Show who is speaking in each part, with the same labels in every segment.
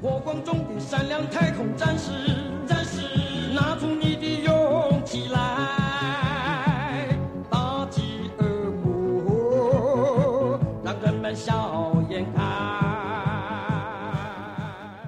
Speaker 1: 火光中的闪亮太空战士，战士，拿出你的勇气来，打击恶魔，让人们笑颜开。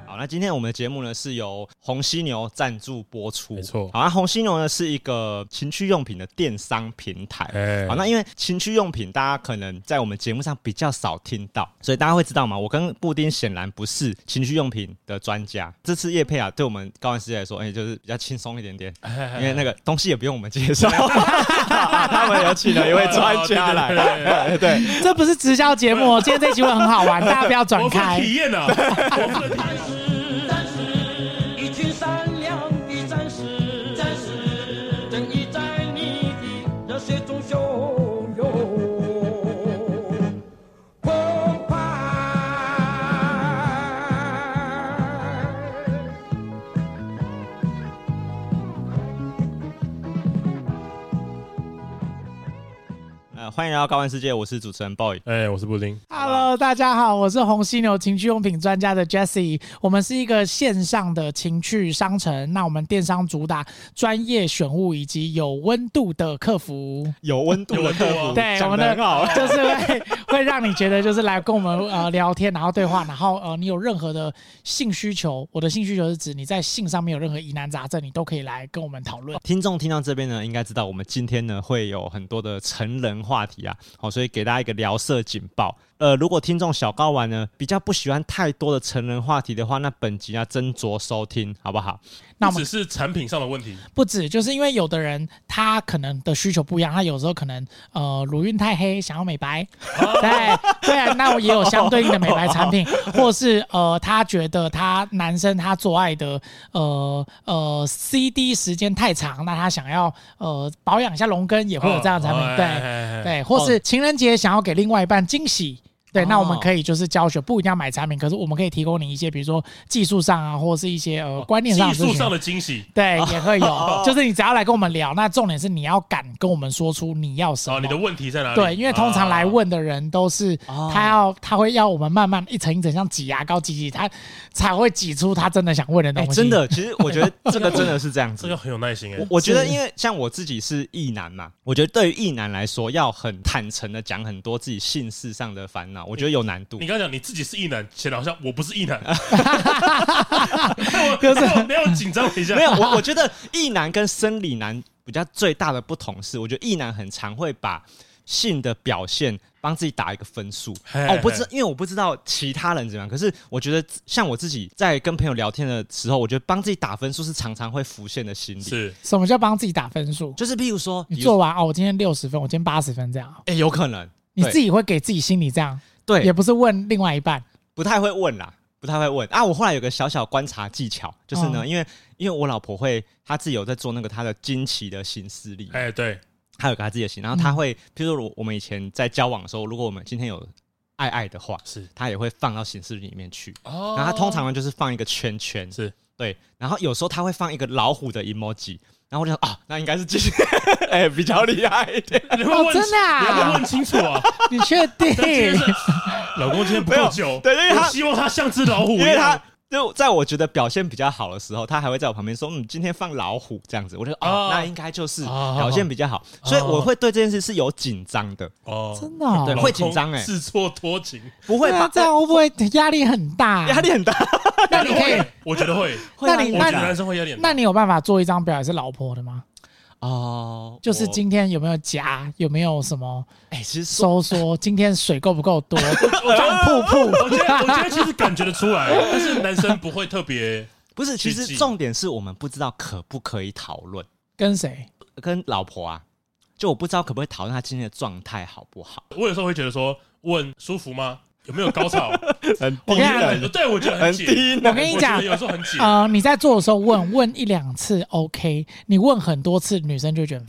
Speaker 2: 好，那今天我们的节目呢是由红犀牛赞助播出，
Speaker 3: 没错
Speaker 2: 好，那红犀牛呢是一个情趣用品的电商平台。
Speaker 3: 哎
Speaker 2: 好，那因为情趣用品大家可能在我们节目上比较少听到，所以大家会知道嘛。我跟布丁显然不是情趣用品的专家。这次叶配啊，对我们高玩世界来说，哎、就是比较轻松一点点，因为那个东西也不用我们介绍，他们有请了一位专
Speaker 3: 哦
Speaker 2: 家来。哦对对，
Speaker 4: 这不是直销节目哦，今天这集会很好玩，大家不要转
Speaker 3: 我不能
Speaker 4: 开。
Speaker 3: 体验啊，我不能体
Speaker 1: 战士，战士，一群善良的战士，战士，正义在你的热血中汹涌澎湃。
Speaker 2: 呃，欢迎来到高玩世界，我是主持人 boy。
Speaker 3: 哎，我是布丁，
Speaker 4: Hello，大家好，我是红犀牛情趣用品专家的 Jesse，我们是一个线上的情趣商城，那我们电商主打专业选物以及有温度的客服。
Speaker 2: 有温度
Speaker 3: 有
Speaker 2: 的
Speaker 3: 温度
Speaker 2: 客
Speaker 3: 啊
Speaker 2: 服，
Speaker 4: 对，我
Speaker 2: 讲
Speaker 4: 们
Speaker 2: 得很好
Speaker 4: 的就是会会让你觉得就是来跟我们呃聊天，然后对话，然后呃你有任何的性需求，我的性需求是指你在性上面有任何疑难杂症，你都可以来跟我们讨论。
Speaker 2: 听众听到这边呢，应该知道我们今天呢会有很多的成人话题啊，好、所以给大家一个聊色警报。呃，如果听众小高玩呢比较不喜欢太多的成人话题的话，那本集要斟酌收听，好不好？
Speaker 4: 那
Speaker 3: 不
Speaker 4: 我们
Speaker 3: 只是产品上的问题，
Speaker 4: 不止，就是因为有的人他可能的需求不一样，他有时候可能呃乳晕太黑，想要美白，
Speaker 3: 哦
Speaker 4: 对对啊，那我也有相 对应的美白产品，或是呃他觉得他男生他做爱的呃呃 CD 时间太长，那他想要呃保养一下龙根，也哦
Speaker 3: 哦
Speaker 4: 会有这样的产品，
Speaker 3: 哎对
Speaker 4: 对。对，或是情人节想要给另外一半惊喜。对，
Speaker 3: 哦
Speaker 4: 那我们可以就是教学，不一定要买产品，可是我们可以提供你一些，比如说技术上啊，或者是一些呃观念上的
Speaker 3: 哦技
Speaker 4: 事情。
Speaker 3: 术上的惊喜。
Speaker 4: 对，也会
Speaker 2: 哦
Speaker 4: 有，就是你只要来跟我们聊，那重点是你要敢跟我们说出你要什么。
Speaker 3: 哦，你的问题在哪里？
Speaker 4: 对，因为通常来
Speaker 3: 啊
Speaker 4: 问的人都是
Speaker 2: 哦
Speaker 4: 他要他会要我们慢慢一层一层像挤牙膏挤挤，他才会挤出他真的想问的
Speaker 2: 哎、
Speaker 4: 东西。
Speaker 2: 真，的， 其实我觉得这个真的是这样
Speaker 3: 这
Speaker 2: 子
Speaker 3: 个。很有耐心哎
Speaker 2: 我。我觉得，
Speaker 4: 是
Speaker 2: 因为像我自己是异男嘛，我觉得对于异男来说，要很坦诚的讲很多自己性事上的烦恼，我觉得有难度
Speaker 3: 你。刚才讲你自己是异男，显得好像我不是异 男，没
Speaker 4: 就
Speaker 3: 有
Speaker 4: 是
Speaker 3: 没有紧张一下，
Speaker 2: 没有，我我觉得异男跟生理男比较最大的不同是，我觉得异男很常会把性的表现帮自己打一个分数。
Speaker 3: 嘿
Speaker 2: 哦，我不知
Speaker 3: 嘿，
Speaker 2: 因为我不知道其他人怎么样，可是我觉得像我自己在跟朋友聊天的时候，我觉得帮自己打分数是常常会浮现的心理。
Speaker 3: 是
Speaker 4: 什么叫帮自己打分数？
Speaker 2: 就是譬如说，
Speaker 4: 你
Speaker 2: 比如
Speaker 4: 做完哦，我今天六十分，我今天八十分这样，
Speaker 2: 哎、有可能
Speaker 4: 你
Speaker 2: 对
Speaker 4: 自己会给自己心里这样，也嗯
Speaker 2: 对，
Speaker 4: 不是问另外 一半。
Speaker 2: 不太会问啦，不太会问啊。我后来有个小小观察技巧，就是呢，
Speaker 4: 哦
Speaker 2: 因为因为我老婆会她自己有在做那个她的经期的行事历，
Speaker 3: 哎对，
Speaker 2: 他有给他自己的心，然后他会，譬如说我我们以前在交往的时候，如果我们今天有爱爱的话，
Speaker 3: 是
Speaker 2: 他也会放到显示里面去。
Speaker 3: 哦
Speaker 2: 然后他通常呢就是放一个圈圈，
Speaker 3: 是
Speaker 2: 对，然后有时候他会放一个老虎的 emoji，然后我就想啊，那应该是今天哎、比较厉害一点。
Speaker 3: 你
Speaker 4: 哦
Speaker 3: 会，问
Speaker 4: 真的
Speaker 3: 你要不要
Speaker 4: 啊
Speaker 3: 问？清楚 啊！
Speaker 4: 你确
Speaker 3: 但今天
Speaker 4: 定
Speaker 3: 是？老公今天不
Speaker 2: 没
Speaker 3: 够
Speaker 2: 有
Speaker 3: 久，
Speaker 2: 对因为
Speaker 3: 我
Speaker 2: 他
Speaker 3: 希望他像只老虎
Speaker 2: 因
Speaker 3: 一样，
Speaker 2: 为他就在我觉得表现比较好的时候，他还会在我旁边说：“嗯，今天放老虎这样子。”我就
Speaker 3: 哦
Speaker 2: 哦，那应该就是
Speaker 3: 哦
Speaker 2: 表现比较好，所以我会对这件事是有紧张的，
Speaker 3: 哦
Speaker 4: 真的哦
Speaker 2: 对
Speaker 3: 老
Speaker 2: 会
Speaker 3: 公
Speaker 2: 紧张哎
Speaker 3: 自作多 情。
Speaker 2: 不会
Speaker 4: 对啊
Speaker 2: 吧？
Speaker 4: 这样会不会压力很大？
Speaker 2: 压力很大。
Speaker 4: 那你可以，
Speaker 3: 我觉得会，
Speaker 2: 会啊
Speaker 4: 那你
Speaker 3: 我
Speaker 2: 会
Speaker 3: 觉
Speaker 2: 啊
Speaker 3: 得男生会有点。
Speaker 4: 那你有办法做一张表也是老婆的吗？
Speaker 2: 哦，
Speaker 4: 就是
Speaker 2: 我
Speaker 4: 今天有没有夹，有没有什么
Speaker 2: 哎、其实说
Speaker 4: 收缩，今天水够 不够多，
Speaker 3: 我觉得
Speaker 4: 瀑布
Speaker 3: 我觉 得我觉得其实感觉得出来，但是男生不会特别
Speaker 2: 不是，其
Speaker 3: 去
Speaker 2: 实
Speaker 3: 记
Speaker 2: 重点是我们不知道可不可以讨论，
Speaker 4: 跟谁？
Speaker 2: 跟老婆啊，就我不知道可不可以讨论她今天的状态好不好。
Speaker 3: 我有时候会觉得说，问舒服吗？有没有高潮？
Speaker 2: 很啊
Speaker 3: 我
Speaker 4: 我
Speaker 3: 觉
Speaker 4: 跟
Speaker 3: 得
Speaker 4: 你讲
Speaker 3: 很对，我觉得很解。
Speaker 4: 我跟你
Speaker 3: 我觉
Speaker 4: 讲
Speaker 3: 得，有时候很解。
Speaker 4: 呃，你在做的时候问问一两次 OK，你问很多次，女生就会觉得，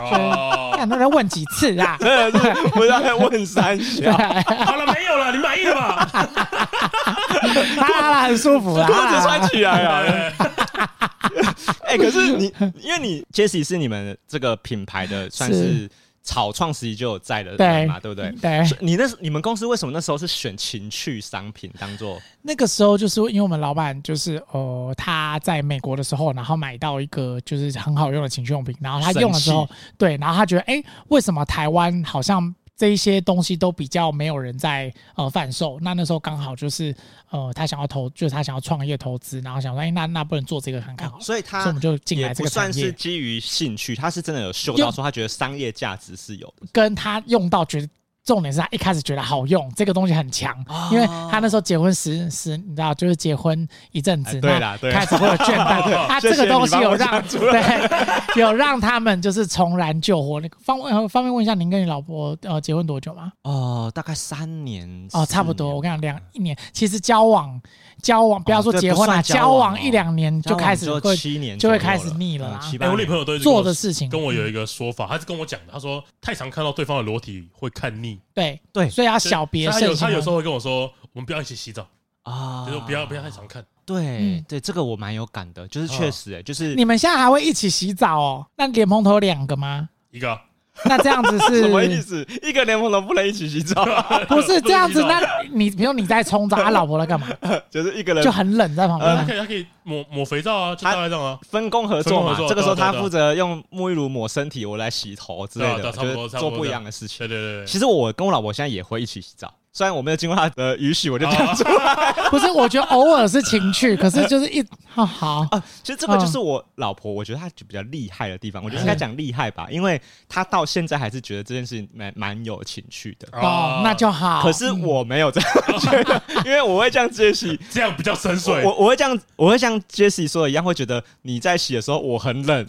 Speaker 3: 哦，
Speaker 4: 看他在问几 次啊？
Speaker 2: 真的是不知道在问三 小，
Speaker 3: 好了，没有了，你满意了吧？
Speaker 4: 哈啦啦，很舒服啦。啊哈啦
Speaker 2: 起来啊！
Speaker 3: 哎
Speaker 2: 哎、可是你，因为你 Jesse 是你们这个品牌的算是草创时期就有在的人嘛，对不对？
Speaker 4: 对，
Speaker 2: 所以你那时你们公司为什么那时候是选情趣商品当做
Speaker 4: 那个时候就是因为我们老板就是呃他在美国的时候，然后买到一个就是很好用的情趣用品，然后他用了之后
Speaker 2: 神，
Speaker 4: 对，然后他觉得哎、诶为什么台湾好像这一些东西都比较没有人在呃贩售？那那时候刚好就是呃他想要投，就是他想要创业投资，然后想说哎、诶那那不能做这个看看好了，
Speaker 2: 所以
Speaker 4: 所以我
Speaker 2: 他
Speaker 4: 们就进
Speaker 2: 也
Speaker 4: 来这
Speaker 2: 不
Speaker 4: 个
Speaker 2: 算
Speaker 4: 产
Speaker 2: 是
Speaker 4: 业，
Speaker 2: 基于兴趣，他是真的有嗅
Speaker 4: 用
Speaker 2: 到说他觉得商业价值是有的。
Speaker 4: 跟他用到觉得。重点是他一开始觉得好用，这个东西很强，
Speaker 2: 哦
Speaker 4: 因为他那时候结婚十十，你知道，就是结婚一阵子，
Speaker 2: 哎对
Speaker 4: 那
Speaker 2: 啦对啦
Speaker 4: 开始会有倦 怠，他这
Speaker 2: 谢谢
Speaker 4: 个
Speaker 2: 你
Speaker 4: 东西
Speaker 2: 帮
Speaker 4: 有
Speaker 2: 我
Speaker 4: 让
Speaker 2: 讲出来
Speaker 4: 对 有让他们就是重燃救火。那个方呃方便问一下，您跟你老婆呃结婚多久吗？
Speaker 2: 哦，大概三年
Speaker 4: 哦，差不
Speaker 2: 四
Speaker 4: 多，
Speaker 2: 年
Speaker 4: 我跟你讲，两一年，其实交往交往不要说
Speaker 2: 哦这不
Speaker 4: 结婚啦，
Speaker 2: 算交
Speaker 4: 交
Speaker 2: 往
Speaker 4: 往
Speaker 2: 哦
Speaker 4: 一两年就开始
Speaker 2: 交往
Speaker 4: 会
Speaker 2: 就七年
Speaker 4: 就会
Speaker 2: 左右
Speaker 4: 开始腻了
Speaker 2: 嗯
Speaker 4: 啦
Speaker 2: 七八
Speaker 3: 哎，我女
Speaker 2: 年
Speaker 3: 朋友都一直跟我
Speaker 4: 做的事情
Speaker 3: 跟我有一
Speaker 4: 嗯
Speaker 3: 个说法，她是跟我讲的，她说太常看到对方的裸体会看腻，
Speaker 4: 对
Speaker 2: 对
Speaker 4: 所以要小别
Speaker 3: 她
Speaker 4: 胜
Speaker 3: 有
Speaker 4: 新啊
Speaker 3: 她有时
Speaker 4: 婚。
Speaker 3: 候会跟我说，我们不要一起洗澡，
Speaker 2: 啊
Speaker 3: 就是不要不要太常看。
Speaker 2: 对
Speaker 4: 嗯
Speaker 2: 对，这个我蛮有感的，就是确实哎，
Speaker 3: 嗯
Speaker 2: 就是
Speaker 4: 你们现在还会一起洗澡哦？那莲蓬头有两个吗？
Speaker 3: 一个啊
Speaker 4: 那这样子是
Speaker 2: 什么意思？一个联盟都不能一起啊洗澡，
Speaker 3: 啊
Speaker 4: 不是这 样子，
Speaker 3: 不能洗澡
Speaker 4: 那你比如你在冲澡，他老婆 在干嘛？
Speaker 2: 就是一个人
Speaker 4: 就很冷在旁边
Speaker 3: 她
Speaker 4: 啊
Speaker 2: 嗯
Speaker 3: 可。以她可以抹抹肥皂啊，就大概这样啊。
Speaker 2: 分工合作嘛
Speaker 3: 分工合。作
Speaker 2: 这个时候
Speaker 3: 对啊
Speaker 2: 他
Speaker 3: 对啊
Speaker 2: 负责用沐浴乳抹身体，我来洗头之类
Speaker 3: 对
Speaker 2: 的，
Speaker 3: 啊对啊差
Speaker 2: 就
Speaker 3: 不多
Speaker 2: 是
Speaker 3: 差不
Speaker 2: 做
Speaker 3: 多
Speaker 2: 不一样的事情。
Speaker 3: 对对对
Speaker 2: 其
Speaker 3: 对，
Speaker 2: 实我跟我老婆现在也会一起洗澡，虽然我没有经过她的允许，我就这样做。
Speaker 4: 不是，我觉得偶尔是情趣，可是就是一 哦好，
Speaker 2: 啊，其实这
Speaker 4: 嗯
Speaker 2: 个就是我老婆，我觉得她就比较厉害的地方。我觉得应该讲厉害吧，因为她到现在还是觉得这件事情蛮蛮有情趣的。
Speaker 4: 哦，嗯那就好。
Speaker 2: 可是我没有这样觉得，因为我会像杰西，
Speaker 3: 这样比较深
Speaker 2: 我
Speaker 3: 邃。
Speaker 2: 我我会这样，我会像杰西说的一样，会觉得你在洗的时候我很冷，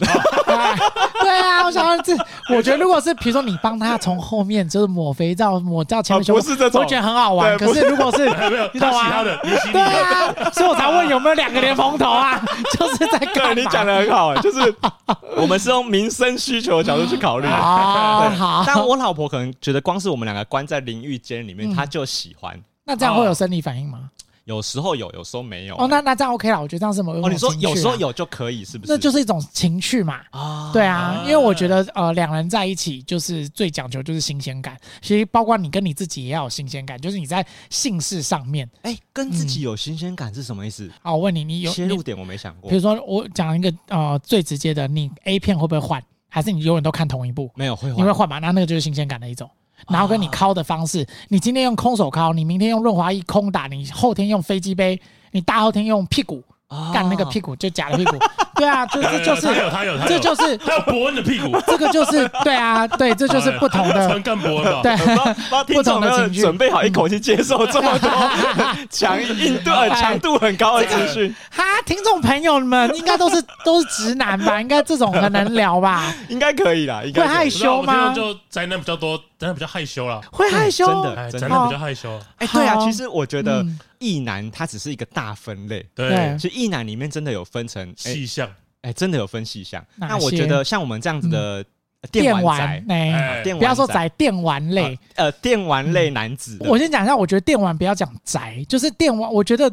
Speaker 4: 哎对啊，我想要这，我觉得如果是比如说你帮他从后面就是抹肥皂抹到前面
Speaker 2: 啊
Speaker 4: 胸
Speaker 2: 不
Speaker 4: 部，
Speaker 2: 是这种
Speaker 4: 我觉得很好玩。
Speaker 2: 对
Speaker 4: 可
Speaker 2: 不
Speaker 4: 是如果 是
Speaker 3: 没有，
Speaker 4: 你
Speaker 3: 她
Speaker 4: 懂
Speaker 3: 洗
Speaker 4: 吗
Speaker 3: 她的，你洗你
Speaker 4: 对
Speaker 3: 的。
Speaker 4: 啊，所以我才问有没有两个连蓬头啊， 就是在 干嘛？
Speaker 2: 对你讲的很好、欸，就是 我们是用民生需求的角度去考虑。
Speaker 4: 哦
Speaker 2: 对
Speaker 4: 好，
Speaker 2: 但我老婆可能觉得光是我们两个关在淋浴间里面，
Speaker 4: 嗯
Speaker 2: 她就喜欢。
Speaker 4: 那这样会有生理反应吗？
Speaker 2: 有时候有，有时候没有。
Speaker 4: 哦，那那这样 OK 啦，我觉得这样是某种
Speaker 2: 哦，你说
Speaker 4: 情趣啦啊
Speaker 2: 有时候，有就可以，是不是？
Speaker 4: 那就是一种情趣嘛。
Speaker 2: 啊
Speaker 4: 对啊
Speaker 3: 啊，
Speaker 4: 因为我觉得呃，两人在一起就是最讲求就是新鲜感。其实包括你跟你自己也要有新鲜感，就是你在性事上面
Speaker 2: 哎、跟自己有新鲜感是什么意思？
Speaker 4: 啊，我问你，你嗯有
Speaker 2: 切
Speaker 4: 你
Speaker 2: 入点我没想过
Speaker 4: 比如，说我讲一个呃最直接的，你 A 片会不会换？还是你永远都看同一部？
Speaker 2: 没有会
Speaker 4: 你会
Speaker 2: 换哦
Speaker 4: 换吧？那那个就是新鲜感的一种。然后跟你敲的方式，你今天用空手敲，你明天用润滑液空打，你后天用飞机杯，你大后天用屁股
Speaker 2: 啊
Speaker 4: 干那个屁股就假的屁股，对啊， 就这就是
Speaker 3: 他有他有他有，
Speaker 4: 这就是
Speaker 3: 他有伯恩的屁股，
Speaker 4: 这个就是对啊，对，这就是不同的
Speaker 3: 纯干伯恩吧？
Speaker 4: 对，
Speaker 2: 不知道不知道哦听众有没有
Speaker 4: 不同的情绪
Speaker 2: 准备好一口气接受这么多 强硬度、呃强度很高的资讯？
Speaker 4: 哈，听众朋友们应该都是都是直 男吧？应该这种很难聊吧？
Speaker 2: 应该可以啦，应该可以
Speaker 4: 会害
Speaker 3: 不知道
Speaker 4: 羞吗
Speaker 3: 我听到就宅男比较多，宅男比较害羞啦。
Speaker 4: 会害羞？
Speaker 2: 真的
Speaker 3: 哎，
Speaker 2: 真
Speaker 3: 宅
Speaker 2: 的
Speaker 4: 哦
Speaker 3: 男比较害羞。
Speaker 2: 哎、对啊，
Speaker 4: 好
Speaker 2: 其实我觉得
Speaker 4: 嗯
Speaker 2: 异男它只是一个大分类。
Speaker 4: 对
Speaker 3: 对，
Speaker 2: 其实异男里面真的有分成，哎、
Speaker 3: 细项，
Speaker 2: 哎、真的有分细项。
Speaker 4: 哪
Speaker 2: 那我
Speaker 4: 些
Speaker 2: 觉得像我们这样子的呃
Speaker 4: 电
Speaker 2: 玩
Speaker 4: 玩
Speaker 2: 宅，
Speaker 4: 哎，
Speaker 3: 哎，
Speaker 2: 电玩
Speaker 4: 不要说
Speaker 2: 宅
Speaker 4: 宅，电玩类。
Speaker 2: 呃，电玩类男子的，
Speaker 4: 我先讲一下，我觉得电玩不要讲宅，就是电玩，我觉得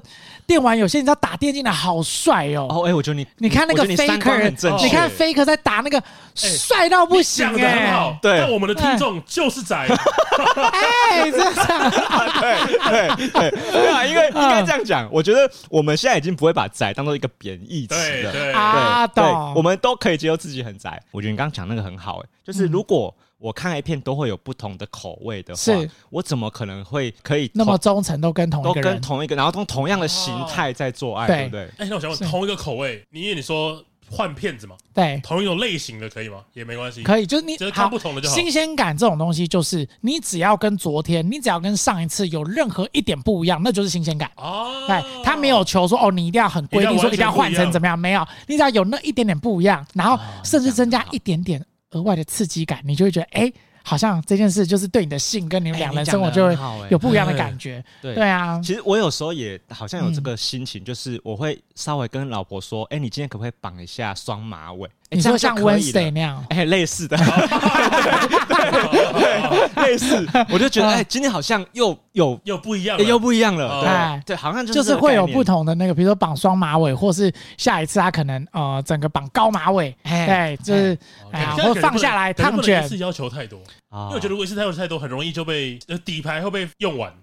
Speaker 4: 电玩有些你知道打电竞的好帅哦。
Speaker 2: 哦，哎、我哦觉得你，
Speaker 4: 你看那
Speaker 2: 我
Speaker 4: 个
Speaker 2: 觉得你三观很
Speaker 4: faker，
Speaker 2: 正
Speaker 4: 你
Speaker 2: 确，
Speaker 4: 看 faker 在打那
Speaker 2: 哎
Speaker 4: 个，帅到不行
Speaker 3: 讲的很
Speaker 4: 哎
Speaker 3: 好，，
Speaker 2: 对
Speaker 3: 但我们的听众就是宅，
Speaker 4: 哎，这样
Speaker 2: 对对对啊，因为应该这样讲，我觉得我们现在已经不会把宅当做一个贬义词
Speaker 3: 对
Speaker 2: 了。
Speaker 3: 对，
Speaker 4: 啊，
Speaker 2: 对，
Speaker 4: 懂？
Speaker 2: 我们都可以接受自己很宅。我觉得你刚刚讲那个很好、欸，就是如果我看 A 片都会有不同的口味的话，
Speaker 4: 是
Speaker 2: 我怎么可能会可以
Speaker 4: 那么
Speaker 2: 同
Speaker 4: 忠诚都跟同
Speaker 2: 都
Speaker 4: 一个
Speaker 2: 跟
Speaker 4: 人，
Speaker 2: 同一个，然后用同样的形态在做爱，
Speaker 4: 对
Speaker 2: 对不对？
Speaker 3: 哎，那我想问，
Speaker 4: 是
Speaker 3: 同一个口味，你因为你说换片子嘛，
Speaker 4: 对，
Speaker 3: 同一种类型的可以吗？也没关系，
Speaker 4: 可以，就是你
Speaker 3: 就是看
Speaker 4: 好
Speaker 3: 不同的就好。
Speaker 4: 新鲜感这种东西，就是你只要跟昨天，你只要跟上一次有任何一点不一样，那就是新鲜感。
Speaker 3: 哦，
Speaker 4: 对，他哎没有求说哦，你一定要很规定说一定要换成怎么样，没
Speaker 3: 哦
Speaker 4: 有，你只要有那一点点不一样，然后甚至增加一点点额外的刺激感，你就会觉得哎、好像这件事就是对你的性跟你们两人生活就会
Speaker 2: 好、欸
Speaker 4: 有不一样的感觉。
Speaker 2: 对
Speaker 4: 对啊，
Speaker 2: 其实我有时候也好像有这个心情，就是我会稍微跟老婆说，哎、你今天可不可以绑一下双马尾？哎
Speaker 4: 你
Speaker 2: 这样就
Speaker 4: 说像
Speaker 2: 可以了
Speaker 4: Wednesday 那样，
Speaker 2: 哎、类似的， 对对类似，我就觉
Speaker 4: 嗯
Speaker 2: 得哎、今天好像又有
Speaker 3: 又不一样了，
Speaker 2: 又不一样了，对、
Speaker 4: 哎
Speaker 2: 对，好像就
Speaker 4: 就是是
Speaker 2: 这个
Speaker 4: 会有
Speaker 2: 概念
Speaker 4: 不，同的那个，比如说绑双马尾，或是下一次他可能呃整个绑高马尾，
Speaker 2: 哎
Speaker 4: 对，就是哎呀
Speaker 3: 现在
Speaker 4: 或
Speaker 3: 哦可能
Speaker 4: 放
Speaker 3: 不能
Speaker 4: 下来
Speaker 3: 可能不能
Speaker 4: 烫卷
Speaker 3: 一次要求太多，因
Speaker 2: 哦
Speaker 3: 为我觉得如果一次要求太多，很容易就被呃底牌会被用完。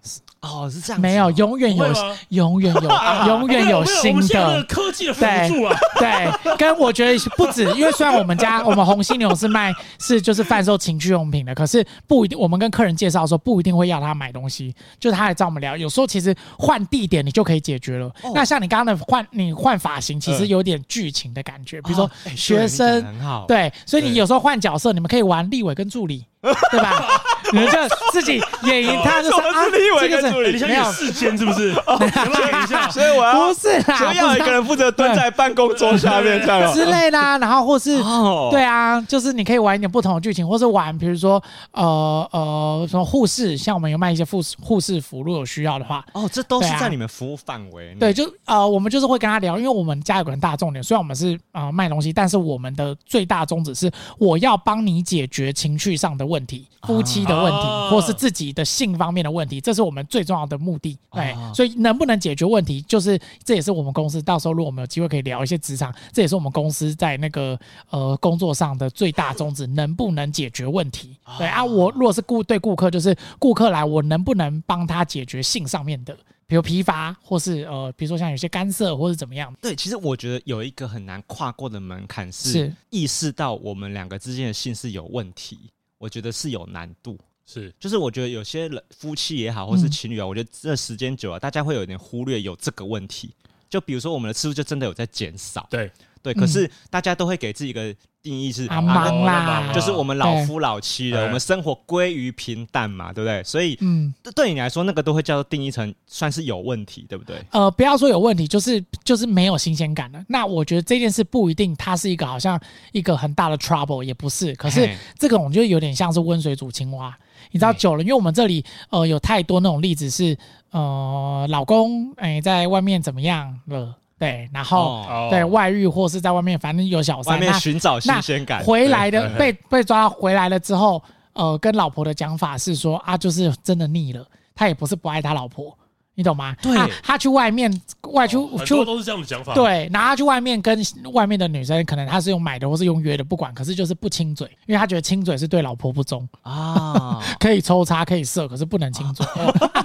Speaker 2: 哦是这样子哦，
Speaker 4: 没有，永远有
Speaker 3: 不会吗，
Speaker 4: 永 远有，永远有
Speaker 3: 我
Speaker 4: 新
Speaker 3: 们现在
Speaker 4: 的
Speaker 3: 的。科技的辅助啊，
Speaker 4: 对，跟我觉得不止，因为虽然我们家我们红犀牛是卖是就是贩售情趣用品的，可是不一定，我们跟客人介绍的时候不一定会要他买东西，就是他来找我们聊。有时候其实换地点你就可以解决了。
Speaker 2: 哦
Speaker 4: 那像你刚刚的换你换发型，其实
Speaker 2: 嗯
Speaker 4: 有点剧情的感觉，
Speaker 2: 哦，
Speaker 4: 比如说
Speaker 2: 哎对
Speaker 4: 学
Speaker 2: 你讲得
Speaker 4: 生
Speaker 2: 很好，
Speaker 4: 对，所以你
Speaker 2: 对
Speaker 4: 有时候换角色，你们可以玩立委跟助 理，对吧？你们就自己演绎他，就是
Speaker 2: 什么是
Speaker 4: 啊，
Speaker 2: 立委
Speaker 4: 这个
Speaker 2: 跟
Speaker 4: 是
Speaker 2: 助理
Speaker 3: 你想
Speaker 4: 没有
Speaker 3: 演世间是不是？想拉一下，
Speaker 2: 所以我要
Speaker 4: 不 是啊啦，
Speaker 2: 所以要有一个
Speaker 4: 不是
Speaker 2: 人负责蹲在办公桌下面这样
Speaker 4: 他
Speaker 2: 哦
Speaker 4: 之类啦，然后或是。
Speaker 2: 哦，
Speaker 4: 对啊，就是你可以玩一点不同的剧情，或是玩，比如说，呃呃，什么护士，像我们有卖一些护士护士服，如果有需要的话，
Speaker 2: 哦，这都是
Speaker 4: 对啊
Speaker 2: 在你们服务范围内。
Speaker 4: 对，就呃，我们就是会跟他聊，因为我们家有个很大的重点，虽然我们是呃卖东西，但是我们的最大宗旨是我要帮你解决情绪上的问题、夫妻的问题，
Speaker 3: 啊
Speaker 4: 或是自己的性方面的问题，这是我们最重要的目的。对，
Speaker 2: 啊
Speaker 4: 所以能不能解决问题，就是这也是我们公司到时候如果我们有机会可以聊一些职场，这也是我们公司在那个呃工作上的最大宗旨，能不能解决问题？对啊，我如果是顾对顾客，就是顾客来，我能不能帮他解决性上面的？比如疲乏，或是呃，比如说像有些干涉，或是怎么样，
Speaker 2: 对，其实我觉得有一个很难跨过的门槛是
Speaker 4: 是
Speaker 2: 意识到我们两个之间的性是有问题，我觉得是有难度。
Speaker 3: 是
Speaker 2: 就是我觉得有些人夫妻也好，或是
Speaker 4: 嗯
Speaker 2: 情侣啊，我觉得这时间久了，大家会有点忽略有这个问题。就比如说我们的次数就真的有在减少，
Speaker 3: 对，
Speaker 2: 对，
Speaker 4: 嗯
Speaker 2: 可是大家都会给自己一个定义是
Speaker 4: 啊
Speaker 2: 那
Speaker 4: 忙啦，
Speaker 2: 就是我们老夫老妻了，
Speaker 3: 对
Speaker 2: 我们生活归于平淡嘛，对不对？所以
Speaker 4: 嗯。
Speaker 2: 对对你来说，那个都会叫做定义成算是有问题，对不对？
Speaker 4: 呃，不要说有问题，就是就是没有新鲜感了。那我觉得这件事不一定，它是一个好像一个很大的 trouble，也不是。可是
Speaker 2: 嘿
Speaker 4: 这种就有点像是温水煮青蛙，你知道
Speaker 2: 嘿
Speaker 4: 久了，因为我们这里呃有太多那种例子是呃老公哎、在外面怎么样了，对，然后、
Speaker 2: 哦，
Speaker 4: 对外遇或是在外面反正有小
Speaker 2: 外
Speaker 4: 三，
Speaker 2: 面
Speaker 4: 那
Speaker 2: 寻找新
Speaker 4: 那
Speaker 2: 鲜感，
Speaker 4: 回来
Speaker 2: 对
Speaker 4: 的
Speaker 2: 对
Speaker 4: 被被抓回来了之后，呃，跟老婆的讲法是说啊，就是真的腻了，他也不是不爱他老婆，你懂吗？
Speaker 2: 对
Speaker 4: 啊他去外面外出、
Speaker 3: 哦很
Speaker 4: 去
Speaker 3: 多都是这样的讲法。，
Speaker 4: 对，然后他去外面跟外面的女生，可能他是用买的或是用约的，不管，可是就是不亲嘴，因为他觉得亲嘴是对老婆不忠，
Speaker 2: 啊，
Speaker 4: 可以抽插可以射，可是不能亲嘴。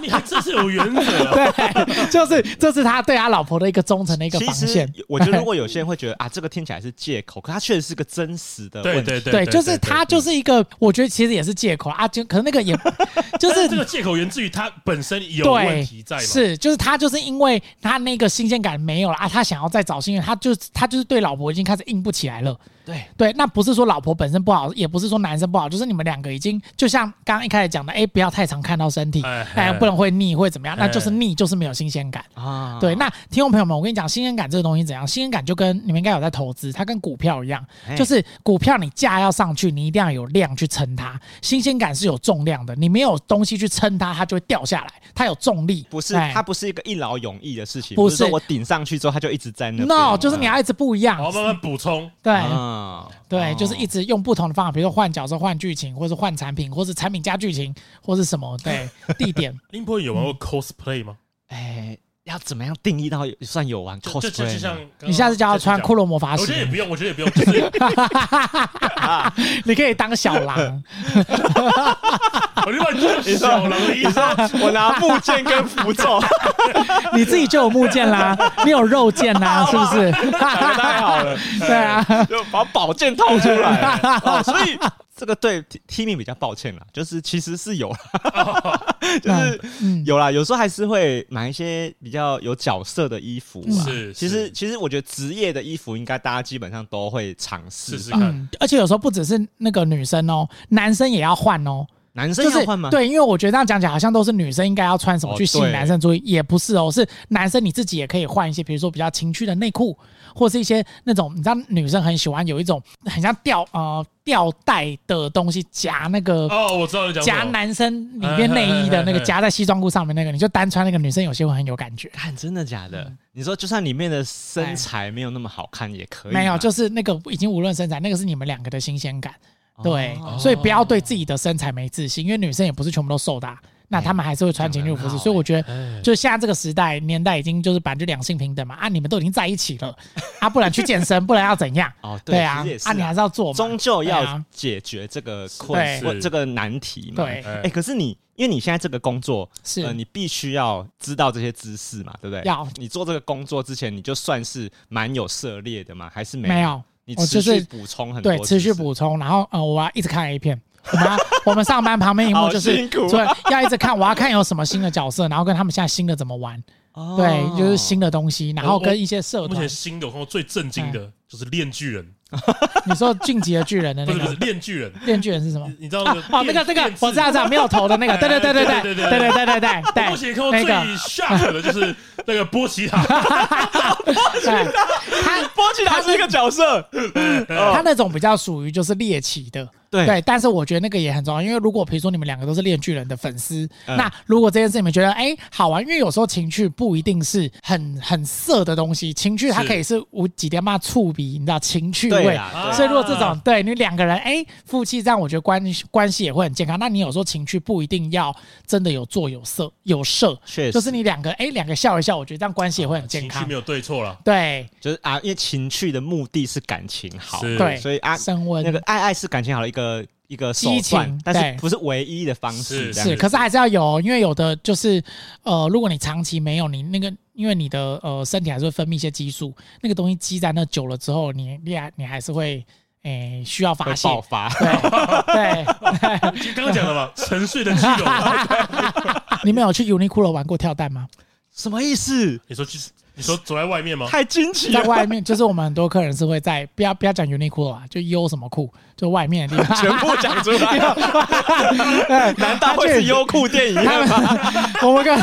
Speaker 3: 你还真是有原则啊。
Speaker 4: 对，就是这是他对他老婆的一个忠诚的一个
Speaker 2: 其
Speaker 4: 防
Speaker 2: 实
Speaker 4: 线。
Speaker 2: 我觉得，如果有些人会觉得啊，这个听起来是借口，可它确实是个真实的
Speaker 3: 对
Speaker 2: 问题。
Speaker 3: 对对
Speaker 4: 对，就是他就是一个，我觉得其实也是借口啊，就可能那个也 就
Speaker 3: 但
Speaker 4: 是
Speaker 3: 是 这个借口源自于他本身有
Speaker 4: 对，
Speaker 3: 问题在嘛？
Speaker 4: 是，就是他就是因为他那个新鲜感没有了啊，他想要再找新鲜，他就他就是对老婆已经开始硬不起来了。
Speaker 2: 对
Speaker 4: 对，那不是说老婆本身不好，也不是说男生不好，就是你们两个已经就像刚刚一开始讲的，哎、不要太常看到身体，
Speaker 3: 哎
Speaker 4: 哎，不然会腻，会怎么样？那就是
Speaker 3: 哎
Speaker 4: 腻，就是没有新鲜感。
Speaker 2: 啊，
Speaker 4: 对，那听众朋友们，我跟你讲，新鲜感这个东西怎样？新鲜感就跟你们应该有在投资，它跟股票一样
Speaker 2: 嘿，
Speaker 4: 就是股票你价要上去，你一定要有量去撑它。新鲜感是有重量的，你没有东西去撑它，它就会掉下来，它有重力。
Speaker 2: 不是
Speaker 4: 哎
Speaker 2: 它不是一个一劳永逸的事情，
Speaker 4: 不
Speaker 2: 不是
Speaker 4: 是
Speaker 2: 说我顶上去之后它就一直在那边。
Speaker 4: no，就是你要一直不一样
Speaker 3: 好，。慢慢补充。
Speaker 4: 对
Speaker 2: 啊，
Speaker 4: 对，
Speaker 2: 哦
Speaker 4: 就是一直用不同的方法，比如说换角色、换剧情，或是换产品，或是产品加剧情，或是什么 对 地点。
Speaker 3: 林波有玩过 cosplay 吗？
Speaker 2: 哎，要怎么样定义到有算有玩
Speaker 3: 就就
Speaker 2: cosplay？
Speaker 3: 就就像
Speaker 2: 呢
Speaker 3: 刚刚
Speaker 4: 你下次叫他穿
Speaker 3: 讲
Speaker 4: 骷髅魔法
Speaker 3: 我觉得也
Speaker 4: 石，
Speaker 3: 不用，我觉得也不用，就是
Speaker 4: 你可以当小狼。
Speaker 3: 我就把你当小狼的意思。
Speaker 2: 我拿木剑跟符咒，
Speaker 4: 你自己就有木剑啦，你有肉剑啦，是不 是？
Speaker 2: 太 好了，
Speaker 4: 对啊，
Speaker 2: 就把宝剑套出来。哦，所以这个对 T- Timmy 比较抱歉啦，就是其实是有啦，就是
Speaker 4: 嗯，
Speaker 2: 有啦，有时候还是会买一些比较有角色的衣服啊。
Speaker 3: 是
Speaker 2: 其实
Speaker 3: 是
Speaker 2: 其实我觉得职业的衣服应该大家基本上都会尝试吧。
Speaker 3: 试试
Speaker 2: 嗯
Speaker 3: 看
Speaker 4: 嗯，而且有时候不只是那个女生哦，男生也要换哦。
Speaker 2: 男生
Speaker 4: 就是
Speaker 2: 要换吗？
Speaker 4: 对，因为我觉得这样讲起来好像都是女生应该要穿什么
Speaker 2: 哦
Speaker 4: 去吸引
Speaker 2: 对
Speaker 4: 男生注意，也不是哦，是男生你自己也可以换一些，比如说比较情趣的内裤，或是一些那种你知道女生很喜欢有一种很像吊呃吊带的东西夹那个。
Speaker 3: 哦，我知道你讲什么
Speaker 4: 夹男生里面内衣的那
Speaker 2: 哎
Speaker 3: 嗯
Speaker 4: 个
Speaker 3: 嗯嗯嗯嗯
Speaker 4: 夹在西装裤上面那个，你就单穿那个女生有些会很有感觉。
Speaker 2: 看真的假的？你说就算里面的身材没有那么好看也可以啊吗，
Speaker 4: 没有，就是那个已经无论身材，那个是你们两个的新鲜感。
Speaker 2: 哦
Speaker 4: 对，
Speaker 3: 哦
Speaker 4: 所以不要对自己的身材没自信，因为女生也不是全部都瘦的啊、
Speaker 2: 哎
Speaker 4: 那她们还是会穿情趣服
Speaker 2: 讲得很
Speaker 4: 饰。
Speaker 2: 好
Speaker 4: 所以我觉
Speaker 3: 哎
Speaker 4: 得，就现在这个时代年代已经就是本来就两性平等嘛，啊，你们都已经在一起了， 啊，不然去健身，不然要 怎样？
Speaker 2: 哦，
Speaker 4: 对
Speaker 2: 其
Speaker 4: 啊
Speaker 2: 实也，是
Speaker 4: 啊，你还是要做嘛，
Speaker 2: 终究
Speaker 4: 对
Speaker 2: 要
Speaker 4: 啊
Speaker 2: 解决这个困
Speaker 4: 对
Speaker 2: 或
Speaker 3: 是
Speaker 2: 这个难题嘛。
Speaker 4: 对，
Speaker 2: 哎、可是你因为你现在这个工作，
Speaker 4: 是
Speaker 2: 呃，你必须要知道这些知识嘛，对不对？
Speaker 4: 要
Speaker 2: 你做这个工作之前，你就算是蛮有涉猎的嘛，还是没
Speaker 4: 没有，
Speaker 2: 你
Speaker 4: 我
Speaker 2: 持
Speaker 4: 就是
Speaker 2: 续补充很多
Speaker 4: 对，持
Speaker 2: 知
Speaker 4: 续
Speaker 2: 识
Speaker 4: 补充，然后呃，我要一直看 A 片。我们要 我们上班旁边荧幕
Speaker 2: 好
Speaker 4: 就是
Speaker 2: 辛苦啊
Speaker 4: 对，要一直看，我要看有什么新的角色，然后跟他们现在新的怎么玩，
Speaker 2: 哦
Speaker 4: 对，就是新的东西，然后
Speaker 3: 我
Speaker 4: 跟一些社
Speaker 3: 目
Speaker 4: 团
Speaker 3: 前，新的我看过最震惊的就是《链巨人
Speaker 4: 你说晋级的巨人的》，
Speaker 3: 不
Speaker 4: 那
Speaker 3: 是不是
Speaker 4: 个
Speaker 3: 《链巨 人》，
Speaker 4: 链巨人是什么
Speaker 3: 你？你知道
Speaker 4: 啊
Speaker 3: 那个
Speaker 4: 哦，那
Speaker 3: 电
Speaker 4: 个那个，
Speaker 3: 电
Speaker 4: 我知道
Speaker 3: 视
Speaker 4: 知 道，没有头的那个，对对对对
Speaker 3: 哎
Speaker 4: 对
Speaker 3: 对
Speaker 4: 对
Speaker 3: 对对
Speaker 4: 对哎对对对
Speaker 3: 我目前看过
Speaker 4: 那
Speaker 3: 最
Speaker 4: 个
Speaker 3: shock 的就是 那个波奇塔，
Speaker 4: 对， 他
Speaker 2: 波奇塔是一个角 色，
Speaker 4: 他那种比较属于就是猎奇的，
Speaker 2: 哦对
Speaker 4: 对，但是我觉得那个也很重要，因为如果比如说你们两个都是猎巨人的粉丝，
Speaker 2: 嗯
Speaker 4: 那如果这件事你们觉得哎、好玩，因为有时候情趣不一定是很很色的东西，情趣它
Speaker 3: 是
Speaker 4: 可以是无几天嘛触鼻，你知道情趣
Speaker 2: 对啊
Speaker 4: 味。
Speaker 2: 啦，
Speaker 4: 啊所以
Speaker 2: 对
Speaker 4: 如果这种对你两个人哎、夫妻这样，我觉得关关系也会很健康。那你有时候情趣不一定要真的有做有色有色，
Speaker 2: 确实啊
Speaker 4: 就是你两个哎两、个笑一笑，我觉得这样关系也会很健
Speaker 3: 情绪
Speaker 4: 康
Speaker 3: 没。有对错了，
Speaker 4: 对
Speaker 2: 就是啊，因为情趣的目的是感情好，
Speaker 3: 是
Speaker 4: 对，
Speaker 2: 所以啊，
Speaker 4: 升温
Speaker 2: 那个爱爱是感情好的一个一个手
Speaker 4: 激
Speaker 2: 段
Speaker 4: 情，
Speaker 2: 但
Speaker 4: 对
Speaker 2: 是不是唯一的方式，
Speaker 3: 是
Speaker 2: 这样
Speaker 4: 是，
Speaker 2: 子
Speaker 4: 可是还是要有哦，因为有的就是，呃，如果你长期没有，你那个因为你的呃身体还是会分泌一些激素，那个东西积在那久了之后，你你还你还是会诶、需要发
Speaker 2: 会
Speaker 4: 泄
Speaker 2: 爆，发。
Speaker 4: 对对，
Speaker 3: 就刚刚讲的嘛，沉睡的巨龙，
Speaker 4: 啊你们有去 Uniqlo 玩过跳蛋吗？
Speaker 2: 什么意思？
Speaker 3: 你说去，你说走在外面吗？
Speaker 2: 太惊奇
Speaker 4: 在
Speaker 2: 了！
Speaker 4: 外面，就是我们很多客人是会在不要不要讲 Uniqlo 啊，就 U 什么裤，就外面的地方，
Speaker 2: 全部讲出来，难道会是优酷电影
Speaker 4: 他
Speaker 2: 院吗？
Speaker 4: 们，我们跟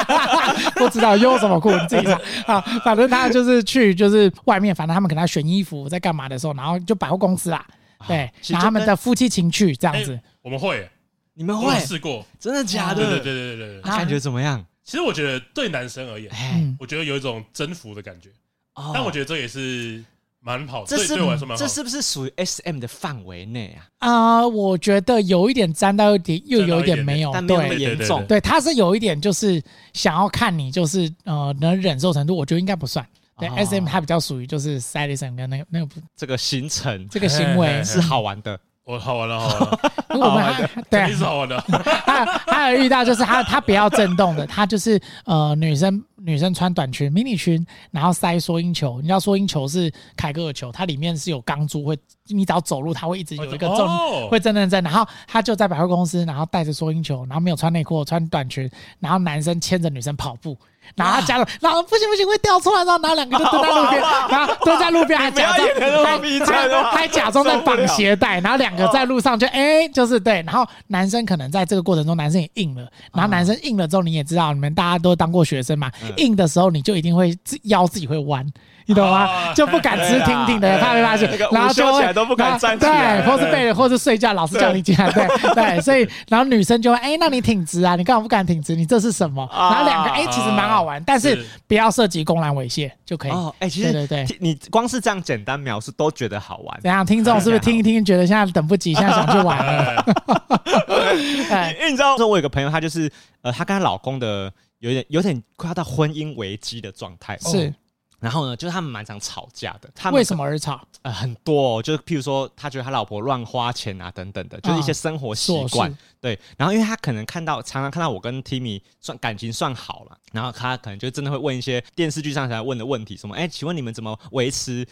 Speaker 4: 不知道用什么裤，你自己 查啊。反正他就是去，就是外面，反正他们给他选衣服在干嘛的时候，然后就百货公司啦，对，
Speaker 2: 其实
Speaker 4: 然后他们
Speaker 2: 就跟
Speaker 4: 的夫妻情趣这样子
Speaker 3: 哎，我们会，
Speaker 2: 你们
Speaker 3: 我
Speaker 2: 会嗯
Speaker 3: 有试过，
Speaker 2: 真的假
Speaker 3: 哦对对
Speaker 2: 的？
Speaker 3: 对对对对。
Speaker 2: 那感觉怎么样？
Speaker 3: 其实我觉得对男生而言，
Speaker 2: 哎，
Speaker 4: 嗯，
Speaker 3: 我觉得有一种征服的感觉，
Speaker 2: 哦
Speaker 3: 但我觉得这也是蛮好，
Speaker 2: 这
Speaker 3: 对
Speaker 2: 是
Speaker 3: 对我来说蛮好
Speaker 2: 这
Speaker 3: 的。
Speaker 2: 是不是属于 S M 的范围内啊？
Speaker 4: 啊、我觉得有一点沾到一点，又有一点没有，
Speaker 2: 但没有那么
Speaker 4: 哦对。
Speaker 2: 严重
Speaker 3: 对
Speaker 4: 对，他是有一点，就是想要看你，就是呃，能忍受程度，我觉得应该不算。对、
Speaker 2: 哦
Speaker 4: s m 它比较属于就是 sadism 跟那个那个不
Speaker 2: 这个行程
Speaker 4: 这个行为
Speaker 3: 嘿嘿，
Speaker 2: 是好玩的，
Speaker 3: 我好玩了，好玩了，
Speaker 4: 如果我们还 对啊
Speaker 3: 肯定是好玩的。
Speaker 4: 还有还有遇到就是他他不要震动的，他就是呃女生女生穿短裙、迷你裙，然后塞缩阴球。你知道缩阴球是凯格尔球，它里面是有钢珠，会你只要走路，它会一直有一个重。
Speaker 3: 哦
Speaker 4: 会震震震，然后他就在百货公司，然后带着缩阴球，然后没有穿内裤，穿短裙，然后男生牵着女生跑步，然后他夹着，然后不行不行会掉出来，然后然后两个就蹲在 路边，然后蹲在路边还假装
Speaker 2: 你不要演得那么逼真
Speaker 4: 还
Speaker 2: 啊
Speaker 4: 还还假装在
Speaker 2: 受不
Speaker 4: 绑
Speaker 2: 了
Speaker 4: 鞋带，然后两个在路上就哎、就是对，然后男生可能在这个过程中男生也硬了，然后男生硬了之后你也知道，你们大家都当过学生嘛，
Speaker 2: 嗯
Speaker 4: 硬的时候你就一定会自腰自己会弯。你懂吗？
Speaker 3: 哦
Speaker 4: 就不敢直挺挺
Speaker 2: 对
Speaker 4: 的，
Speaker 2: 啊
Speaker 4: 怕被发现
Speaker 2: 那个，
Speaker 4: 然后
Speaker 2: 午休
Speaker 4: 就会
Speaker 2: 起来都不敢
Speaker 4: 然后
Speaker 2: 站起来
Speaker 4: 对，或是被或是睡觉，老师叫你起来，对对，所以然后女生就会，哎，那你挺直啊，你干嘛不敢挺直？你这是什么？
Speaker 2: 啊
Speaker 4: 然后两个，哎，其实蛮好玩，但是
Speaker 3: 是
Speaker 4: 不要涉及公然猥亵就可以。
Speaker 2: 哦，哎，其
Speaker 4: 对
Speaker 2: 实
Speaker 4: 对对
Speaker 2: 听你光是这样简单描述都觉得好玩
Speaker 4: 怎，样？听众是不是听一听觉得现在等不及，现在想去玩了？
Speaker 3: 哎
Speaker 4: 对
Speaker 2: 因为你知道，说我有个朋友，她就是呃，她跟她老公的有点有点快要到婚姻危机的状态，哦
Speaker 4: 是
Speaker 2: 然后呢，就是他们蛮常吵架的，他们
Speaker 4: 为什么而吵？
Speaker 2: 呃很多、哦，就是譬如说，他觉得他老婆乱花钱啊，等等的，就是一些生活习
Speaker 4: 琐
Speaker 2: 惯。
Speaker 4: 事
Speaker 2: 对，然后因为他可能看到常常看到我跟 Timmy 算感情算好了，然后他可能就真的会问一些电视剧上才问的问题，什么哎，请问你们怎么维持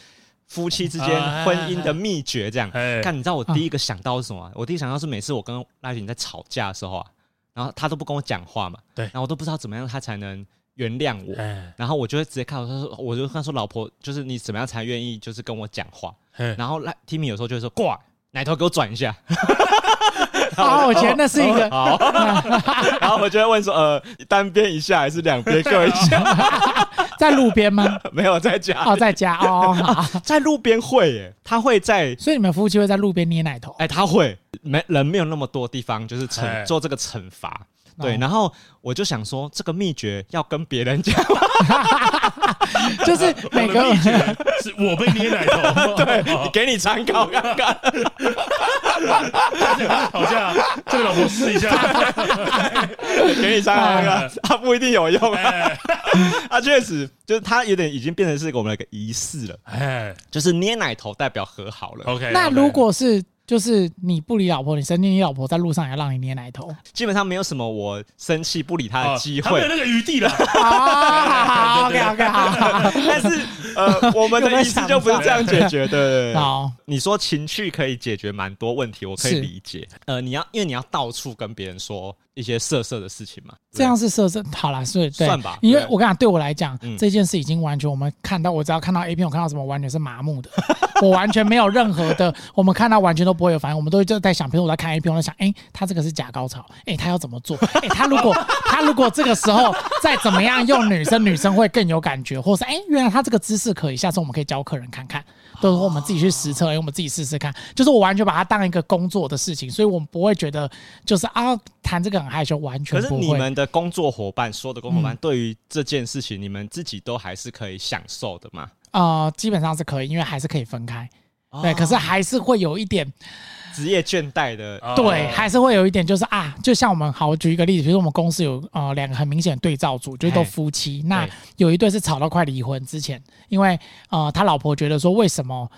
Speaker 2: 夫妻之
Speaker 4: 嗯
Speaker 3: 啊
Speaker 2: 间婚姻的秘诀？ 这样，
Speaker 3: 哎
Speaker 2: 看你知道我第一个想到是什么吗？我第一个想到是每次我跟赖群在吵架的时候啊，然后他都不跟我讲话嘛，
Speaker 3: 对
Speaker 2: 然后我都不知道怎么样他才能原谅我，
Speaker 3: 哎
Speaker 2: 然后我就会直接看我说，我就跟他说，老婆，就是你怎么样才愿意就是跟我讲话？
Speaker 3: 哎
Speaker 2: 然后赖 Timmy 有时候就会说挂，奶头给我转一下，
Speaker 4: 啊，我觉得那是一个
Speaker 2: 好，然后我就会问说，呃，单边一下还是两边各一下？
Speaker 4: 在路边吗？
Speaker 2: 没有在家
Speaker 4: 哦，
Speaker 2: 里，
Speaker 4: 在家哦，好
Speaker 2: 在路边会耶，他会在，
Speaker 4: 所以你们夫妻会在路边捏奶头，
Speaker 2: 哎，他会没人没有那么多地方，就是惩
Speaker 3: 哎
Speaker 2: 做这个惩罚。
Speaker 4: 哦
Speaker 2: 对，然后我就想说，这个秘诀要跟别人讲，
Speaker 4: 就是每
Speaker 3: 我的
Speaker 4: 个
Speaker 3: 秘诀是我被捏奶头， 哦 对
Speaker 2: 给你参考看看。
Speaker 3: 吵架，这个老婆试一下，
Speaker 2: 给你参考那
Speaker 3: 哎
Speaker 2: 个，它不一定有用啊。
Speaker 3: 哎
Speaker 2: 它确实就是它有点已经变成是给我们的一个仪式了，
Speaker 3: 哎
Speaker 2: 就是捏奶头代表和好了。
Speaker 3: ，OK，
Speaker 4: 那如果是就是你不理老婆，你生气，你老婆在路上也让你捏奶头
Speaker 2: 基本上没有什么我生气不理他
Speaker 3: 哦
Speaker 2: 的机
Speaker 3: 他没有
Speaker 2: 会，
Speaker 3: 那个余地 了，
Speaker 4: 啊，OK OK 好
Speaker 2: 但是 呃，我们的仪式就不是这样解决的。
Speaker 4: 好，
Speaker 2: 你说情绪可以解决蛮多问题，我可以
Speaker 4: 是
Speaker 2: 理解。呃，你要因为你要到处跟别人说一些色色的事情嘛，对
Speaker 4: 这样是色色，好啦，是对
Speaker 2: 算吧
Speaker 4: 因为
Speaker 2: 对
Speaker 4: 我跟你讲，对我来讲，
Speaker 2: 嗯
Speaker 4: 这件事已经完全我们看到，我只要看到 A 片，我看到什么完全是麻木的， 我完全没有任何的，我们看到完全都不会有反应，我们都就在想，比如我在看 A 片，我在想，哎、他这个是假高潮，哎、他要怎么做？哎、他如果他如果这个时候再怎么样用女生，女生会更有感觉，或是哎、原来他这个姿势可以，下次我们可以教客人看看，都是我们自己去实测，因为我们自己试试看，就是我完全把它当一个工作的事情，所以我们不会觉得就是啊谈这个很害羞，完全
Speaker 2: 可
Speaker 4: 不
Speaker 2: 是
Speaker 4: 会。嗯
Speaker 2: 你们的工作伙伴，说的工作伙伴，对于这件事情，你们自己都还是可以享受的嘛？
Speaker 4: 呃，基本上是可以，因为还是可以分开。
Speaker 2: 哦
Speaker 4: 对，可是还是会有一点，
Speaker 2: 职业倦怠的
Speaker 3: 哦
Speaker 4: 对，还是会有一点，就是啊，就像我们好，我举一个例子，比如说我们公司有呃两个很明显的对照组，就是都
Speaker 2: 嘿
Speaker 4: 夫妻，那
Speaker 2: 对
Speaker 4: 有一对是吵到快离婚之前，因为呃他老婆觉得说，为什么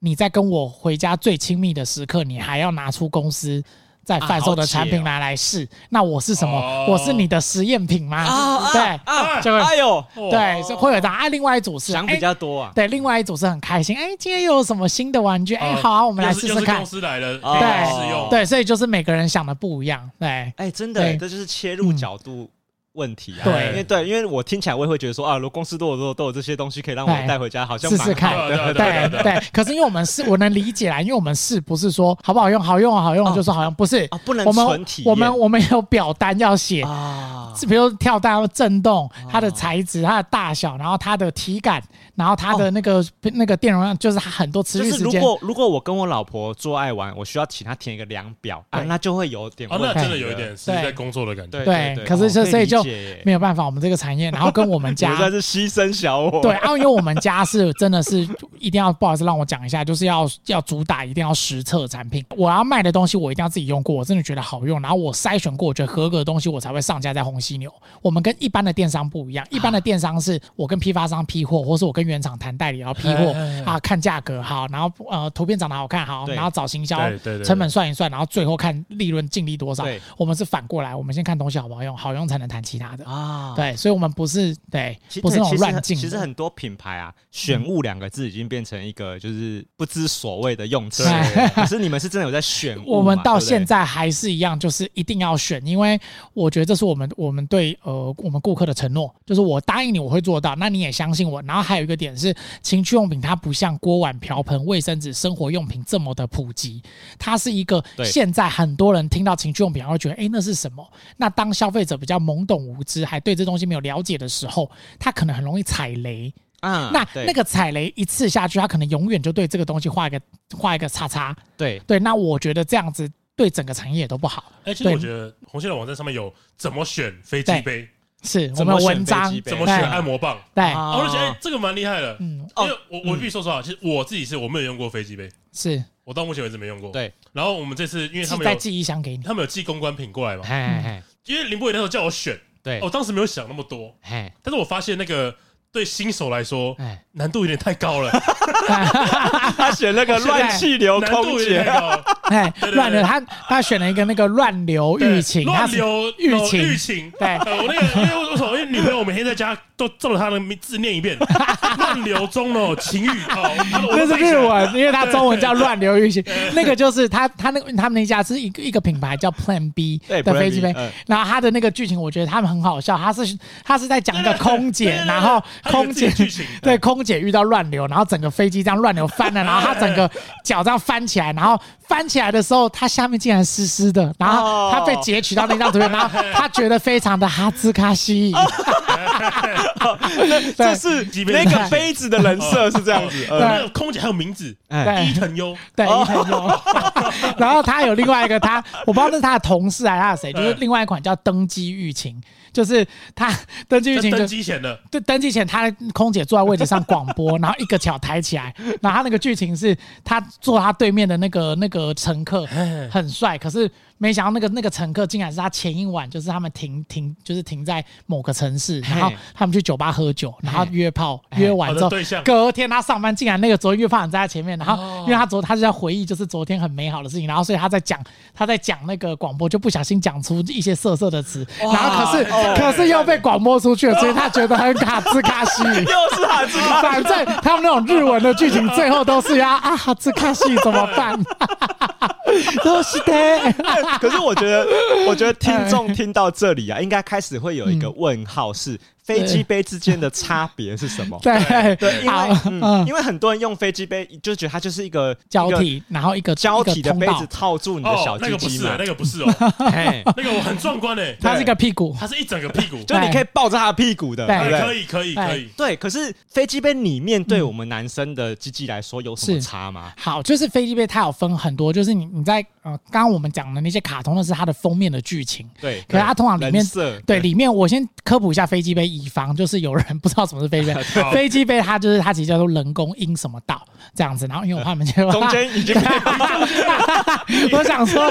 Speaker 4: 你在跟我回家最亲密的时刻，你还要拿出公司在
Speaker 2: 啊
Speaker 4: 贩售
Speaker 2: 好
Speaker 4: 的
Speaker 2: 解
Speaker 4: 产品
Speaker 2: 哦
Speaker 4: 拿来试？那我是什么？
Speaker 3: 哦
Speaker 4: 我是你的实验品吗？对
Speaker 2: 啊，
Speaker 4: 就会
Speaker 2: 哎呦，
Speaker 4: 对，是会有答案。另外一组是
Speaker 2: 想
Speaker 4: 哎
Speaker 2: 比较多啊，
Speaker 4: 对，另外一组是很开心，哎，今天又有什么新的玩具？哎，好啊，我们来试
Speaker 3: 又是
Speaker 4: 试
Speaker 3: 又是
Speaker 4: 看
Speaker 3: 公。司来了，
Speaker 2: 哦
Speaker 3: 可以试用，
Speaker 4: 对，所以就是每个人想的不一样。对，
Speaker 2: 哎，真的，
Speaker 4: 对嗯
Speaker 2: 这就是切入角度问题啊。
Speaker 4: 对
Speaker 3: 哎
Speaker 2: 因为对，因为我听起来我也会觉得说啊，如果公司多有多有都有这些东西可以让我
Speaker 4: 哎
Speaker 2: 带回家，好像
Speaker 4: 试
Speaker 2: 蛮
Speaker 4: 试看
Speaker 2: 好的
Speaker 3: 对
Speaker 4: 对
Speaker 3: 对
Speaker 4: 对。可是因为我们是，我能理解啦，因为我们是不是说好不好用，好用啊好用，
Speaker 2: 哦
Speaker 4: 就说好用，不是
Speaker 2: 啊，。不能
Speaker 4: 我们
Speaker 2: 纯体验
Speaker 4: 我们我们有表单要写，
Speaker 2: 啊，
Speaker 4: 是比如跳蛋的震
Speaker 2: 哦
Speaker 4: 动、它的材质、它的大小，然后它的体感，然后它的那个那个电容量，就是它很多持
Speaker 2: 哦就
Speaker 4: 续
Speaker 2: 是
Speaker 4: 时
Speaker 2: 如
Speaker 4: 间。
Speaker 2: 果如果我跟我老婆做爱完，我需要请她填一个量表啊，
Speaker 4: 对
Speaker 2: 那就会有点
Speaker 3: 哦，
Speaker 2: 问
Speaker 3: 那
Speaker 2: 题，
Speaker 3: 真的有一点是在工作的感觉，
Speaker 2: 对
Speaker 4: 对
Speaker 2: 对，
Speaker 4: 可是就
Speaker 2: 哦
Speaker 4: 所以就
Speaker 2: 可理解耶
Speaker 4: 没有办法，我们这个产业，然后 跟我们
Speaker 2: 你
Speaker 4: 家
Speaker 2: 们算是牺牲小我，
Speaker 4: 对，啊，因为我们家是真的是一定要不好意思让我讲一下，就是要要主打一定要实测产品，我要卖的东西我一定要自己用过，我真的觉得好用，然后我筛选过，我觉得合格的东西我才会上架在红犀牛。我们跟一般的电商不一样，一般的电商是我跟批发商批货，或是我跟原厂谈代理然后批货啊，看价格好，然后呃图片长得好看好，
Speaker 2: 对
Speaker 4: 然后找行销
Speaker 3: 对对对对
Speaker 4: 成本算一算，然后最后看利润净利多少
Speaker 2: 对。
Speaker 4: 我们是反过来，我们先看东西好不好用，好用才能谈其他的。
Speaker 2: 啊，
Speaker 4: 对，所以，我们不是对
Speaker 2: 其，
Speaker 4: 不是那
Speaker 2: 其
Speaker 4: 种
Speaker 2: 实
Speaker 4: 乱
Speaker 2: 很
Speaker 4: 进的。嗯
Speaker 2: 其实很多品牌啊，“选物”两个字已经变成一个就是不知所谓的用词
Speaker 4: 对。
Speaker 2: 可是你们是真的有在选物嘛？
Speaker 4: 我们到
Speaker 2: 对不对
Speaker 4: 现在还是一样，就是一定要选，因为我觉得这是我们我们对呃我们顾客的承诺，就是我答应你我会做到，那你也相信我。然后还有一个点是，情趣用品它不像锅碗瓢盆、卫生纸、生活用品这么的普及，它是一个
Speaker 2: 对
Speaker 4: 现在很多人听到情趣用品，然后会觉得诶那是什么？那当消费者比较懵懂无知，还对这东西没有了解的时候，他可能很容易踩雷。
Speaker 2: 啊，
Speaker 4: 那
Speaker 2: 对
Speaker 4: 那个踩雷一次下去，他可能永远就对这个东西画一个画一个叉叉。
Speaker 2: 对
Speaker 4: 对，那我觉得这样子对整个产业也都不好。
Speaker 3: 哎，其实我
Speaker 4: 对
Speaker 3: 觉得红线的网站上面有怎么选飞机杯，
Speaker 4: 是我
Speaker 2: 怎么
Speaker 4: 们有
Speaker 2: 选
Speaker 4: 文
Speaker 2: 飞
Speaker 4: 章
Speaker 2: 机杯
Speaker 3: 怎么选
Speaker 4: 对
Speaker 3: 按摩棒。
Speaker 4: 对、
Speaker 2: 啊
Speaker 3: 啊我就觉得哎这个蛮厉害的，
Speaker 4: 嗯
Speaker 3: 因为我我必须说实话，其实我自己是我没有用过飞机杯，
Speaker 4: 是
Speaker 3: 我到目前为止没用过。，
Speaker 2: 对，
Speaker 3: 然后我们这次因为他
Speaker 4: 寄
Speaker 3: 们
Speaker 4: 在
Speaker 3: 有
Speaker 4: 寄一箱给 你。
Speaker 3: 他们有寄公关品过来嘛，
Speaker 2: 嘿
Speaker 4: 嗯
Speaker 2: 嘿
Speaker 3: 因为林博伟那时候叫我选，
Speaker 2: 对
Speaker 3: 哦我当时没有想那么多，
Speaker 2: 嘿，
Speaker 3: 但是我发现那个对新手来说
Speaker 2: 哎，
Speaker 3: 难度有点太 高了，
Speaker 2: 他选那 个乱气流
Speaker 3: 难度
Speaker 2: 空
Speaker 3: 有点
Speaker 2: 姐
Speaker 3: 太高了，
Speaker 4: 哎，
Speaker 3: 对对
Speaker 4: 乱流，
Speaker 3: 对
Speaker 4: 他他选了一个那个乱流
Speaker 3: 对
Speaker 4: 疫情，他
Speaker 3: 乱
Speaker 4: 是
Speaker 3: 流
Speaker 4: 啊欲
Speaker 3: 哦
Speaker 4: 擒
Speaker 3: 欲擒。
Speaker 4: 对
Speaker 3: 呃我那个因为为什么？因为女朋友每天在家都照着她的名字念一遍， 乱流中哦，情欲哦，她
Speaker 4: 这是日文，因为它中文叫乱流 运行。那个就是他他那个他们那家是一个一个品牌叫 Plan B
Speaker 2: 对
Speaker 4: 的
Speaker 2: Plan
Speaker 4: 飞机
Speaker 2: B，
Speaker 4: 杯
Speaker 2: 嗯，
Speaker 4: 然后他的那个剧情，我觉得他们很好笑。他是他是在讲一个空姐，
Speaker 3: 对对对
Speaker 4: 然后
Speaker 3: 对对对它有
Speaker 4: 空姐
Speaker 3: 自己的剧情嗯
Speaker 4: 对空姐遇到乱流，然后整个飞机这样乱流翻了，然后他整个脚这样翻起来，然后翻起来的时候，他下面竟然湿湿的，然后他被截取到那张图片，然后他觉得非常的哈兹 卡西，
Speaker 2: 这是那个杯子的人设是这样子。
Speaker 4: 嗯哦
Speaker 3: 那
Speaker 2: 呃
Speaker 3: 个空姐还有名字，
Speaker 2: 哎，
Speaker 3: 伊
Speaker 4: 对
Speaker 3: 藤优，
Speaker 4: 对，一头牛。 然后他有另外一个他，我不知道那是他的同事还是他的谁，
Speaker 3: 嗯
Speaker 4: 就是另外一款叫登机欲情，就是他登机欲
Speaker 3: 在
Speaker 4: 情就
Speaker 3: 登
Speaker 4: 是
Speaker 3: 机前的，
Speaker 4: 对，登机前，他空姐坐在位置上广播， 然后一个脚抬起来，然后他那个剧情是他坐他对面的那个那个乘客很帅，可是没想到那个那个乘客竟然是他前一晚就是他们停停就是停在某个城市，然后
Speaker 2: 嘿
Speaker 4: 他们去酒吧喝酒，然后约炮约完之
Speaker 3: 我的
Speaker 4: 后
Speaker 3: 对象，
Speaker 4: 隔天他上班竟然那个昨天约炮人在他前面，然后
Speaker 2: 哦
Speaker 4: 因为他昨他就在回忆就是昨天很美好的事情，然后所以他在讲他在讲那个广播就不小心讲出一些色色的词，然后可是
Speaker 2: 哦
Speaker 4: 可是又被广播出去了，所以他觉得很卡兹卡西。
Speaker 2: 又是哈兹卡，
Speaker 4: 反正他们那种日文的剧情最后都是要啊哈兹卡西怎么 办？都是的，
Speaker 2: 可是我觉得，我觉得听众听到这里啊，应该开始会有一个问号是。飞机杯之间的差别是什么？对，
Speaker 4: 对，
Speaker 2: 因
Speaker 4: 嗯好
Speaker 2: 为，嗯，
Speaker 4: 嗯，
Speaker 2: 因为很多人用飞机杯，就觉得它就是一个
Speaker 4: 胶
Speaker 2: 一
Speaker 4: 体，然后一个
Speaker 2: 个胶体
Speaker 4: 一
Speaker 2: 的
Speaker 4: 个通
Speaker 2: 杯
Speaker 4: 道
Speaker 2: 子，套住你的
Speaker 3: 哦
Speaker 2: 小，
Speaker 3: 那
Speaker 2: 鸡
Speaker 3: 个不
Speaker 2: 鸡
Speaker 3: 是啊
Speaker 2: 嘛，
Speaker 3: 那。个不是哦，
Speaker 2: 嘿
Speaker 3: 那个我很壮观欸诶，
Speaker 4: 它是一个屁股，
Speaker 3: 它是一整个屁 股，
Speaker 2: 就你可以抱着他的屁股的，对
Speaker 4: 对
Speaker 2: 不
Speaker 3: 哎可
Speaker 2: 对？
Speaker 3: 以可以
Speaker 4: 哎
Speaker 3: 可以，
Speaker 2: 对，可是飞机杯里面对我们男生的鸡鸡来说有什么
Speaker 4: 是
Speaker 2: 差吗？
Speaker 4: 好，就是飞机杯它有分很多，就是你你在呃，刚刚我们讲的那些卡通的是它的封面的剧情，
Speaker 2: 对，
Speaker 4: 可是它通常里
Speaker 2: 人
Speaker 4: 面
Speaker 2: 设
Speaker 4: 对，里面我先科普一下飞机杯，以防就是有人 不知道什么是飞机杯。
Speaker 3: 好
Speaker 4: 飞机杯它就是它其实叫做人工音什么道这样子，然后因为我怕你们觉得
Speaker 2: 中间已经被
Speaker 4: 我想说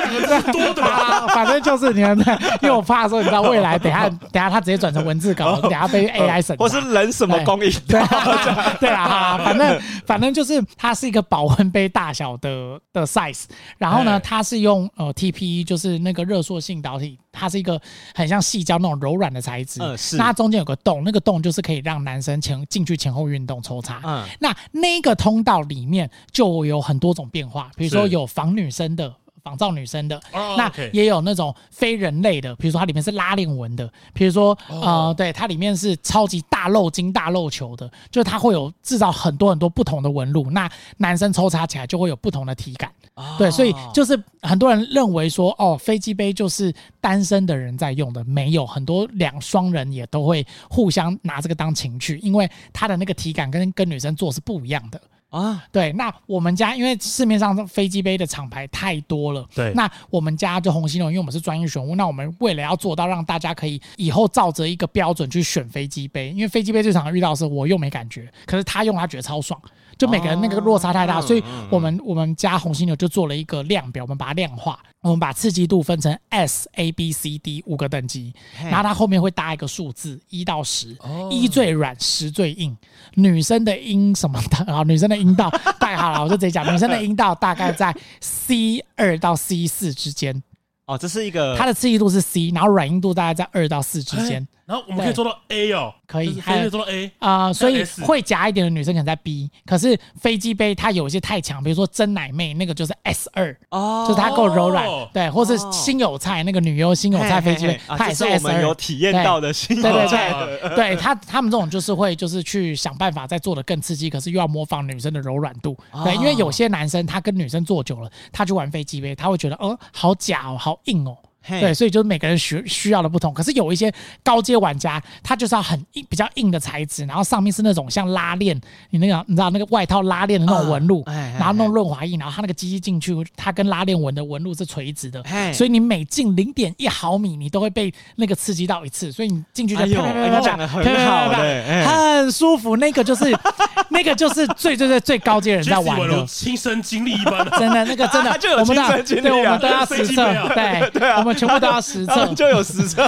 Speaker 4: 多的吧， 反正就是你们，因为我怕说你知道未来等一下等一下它直接转成文字稿，等一下被 AI 审查，
Speaker 2: 呃或是人什么工艺
Speaker 4: 对啊，对啊，哈反正反正就是它是一个保温杯大小的的 size，然后
Speaker 3: 哎
Speaker 4: 呢，它是用呃 TPE，就是那个热塑性导体，它是一个很像细胶那种柔软的材质，
Speaker 2: 嗯是
Speaker 4: 那它中间有个洞，那个洞就是可以让男生前进去前后运动抽插，
Speaker 2: 嗯
Speaker 4: 那那个通道里面就有很多种变化，比如说
Speaker 3: 是
Speaker 4: 有防女生的。仿造女生的，
Speaker 3: 哦
Speaker 4: 那
Speaker 3: OK
Speaker 4: 也有那种非人类的，比如说它里面是拉链纹的，比如说、
Speaker 3: 哦
Speaker 4: 呃，对，它里面是超级大漏精、大漏球的，就是它会有制造很多很多不同的纹路，那男生抽插起来就会有不同的体感。
Speaker 3: 啊
Speaker 4: 对，所以就是很多人认为说，哦，飞机杯就是单身的人在用的，没有很多两双人也都会互相拿这个当情趣，因为它的那个体感跟跟女生做是不一样的。
Speaker 2: 啊，
Speaker 4: 对，那我们家因为市面上飞机杯的厂牌太多了，
Speaker 3: 对
Speaker 4: 那我们家就红犀牛，因为我们是专业选物，那我们为了要做到让大家可以以后照着一个标准去选飞机杯，因为飞机杯最常遇到的是我用没感觉，可是他用他觉得超爽，就每个人那个落差太大，
Speaker 2: 哦
Speaker 4: 所以
Speaker 2: 嗯嗯
Speaker 4: 我们我们家红犀牛就做了一个量表，我们把它量化，我们把刺激度分成 S、A、B、C、D 五个等级，
Speaker 2: 嘿哦
Speaker 4: 然后它后面会搭一个数字一到十，一最软，十最硬。女生的阴什么的啊？女生的阴道 大概好了，我就直接讲，女生的阴道大概在 C 二到 C 四之间，
Speaker 2: 哦，这是一个
Speaker 4: 它的刺激度是 C，然后软硬度大概在二到四之间
Speaker 3: 哎。然后我们可以做到 A 哦，
Speaker 4: 可以
Speaker 3: 就是
Speaker 4: 还有
Speaker 3: 可以做到 A，
Speaker 4: 啊、所以
Speaker 3: S
Speaker 4: 会夹一点的女生可能在 B，可是飞机杯它有一些太强，比如说真奶妹那个就是 S 二、
Speaker 2: 哦
Speaker 4: 就是它够柔软，
Speaker 3: 哦
Speaker 4: 对，或是
Speaker 2: 哦
Speaker 4: 新有菜那个女优新有菜飞机
Speaker 2: 嘿
Speaker 4: 杯
Speaker 2: 嘿，嘿啊
Speaker 4: 它也
Speaker 2: 这是
Speaker 4: S
Speaker 2: 我们有
Speaker 4: 二，
Speaker 2: 体验到的新
Speaker 4: 对
Speaker 2: 的
Speaker 4: 对对
Speaker 2: 菜
Speaker 3: 哦
Speaker 2: 的
Speaker 4: 对他他们这种就是会就是去想办法再做的更刺激，可是又要模仿女生的柔软度，
Speaker 2: 哦
Speaker 4: 对，因为有些男生他跟女生做久了，他去玩飞机杯，他会觉得哦、好假哦，好硬哦。
Speaker 2: 嘿
Speaker 4: 对，所以就是每个人需需要的不同。可是有一些高阶玩家，他就是要很硬、比较硬的材质，然后上面是那种像拉链，你那个你知道那个外套拉链的那种纹路，
Speaker 2: 啊哎哎
Speaker 4: 然后弄润滑液，然后它那个机器进去，它跟拉链纹的纹路是垂直的
Speaker 2: 嘿，
Speaker 4: 所以你每进零点一毫米，你都会被那个刺激到一次，所以你进去就
Speaker 2: 哎呦
Speaker 4: 啪啪啪啪
Speaker 2: 哎
Speaker 4: 啪
Speaker 2: 你讲得很
Speaker 4: 啪啪啪
Speaker 2: 好
Speaker 4: 啪啪
Speaker 2: 嘞哎
Speaker 4: 很舒服。那个就是 那个就是最最最最高阶人在
Speaker 3: Jesse
Speaker 4: 玩
Speaker 3: 宛如
Speaker 4: 的。。
Speaker 3: 亲身经历一般啊
Speaker 4: 真的，那个真 的
Speaker 2: 啊他就有，
Speaker 4: 我们
Speaker 2: 亲身
Speaker 4: 的
Speaker 2: 经
Speaker 4: 对，
Speaker 2: 历
Speaker 4: 我
Speaker 2: 啊
Speaker 4: 们都要实
Speaker 3: 飞机
Speaker 4: 测
Speaker 3: 杯啊，
Speaker 4: 对，我们全部都要实
Speaker 2: 他
Speaker 4: 测
Speaker 2: 们，就有实测，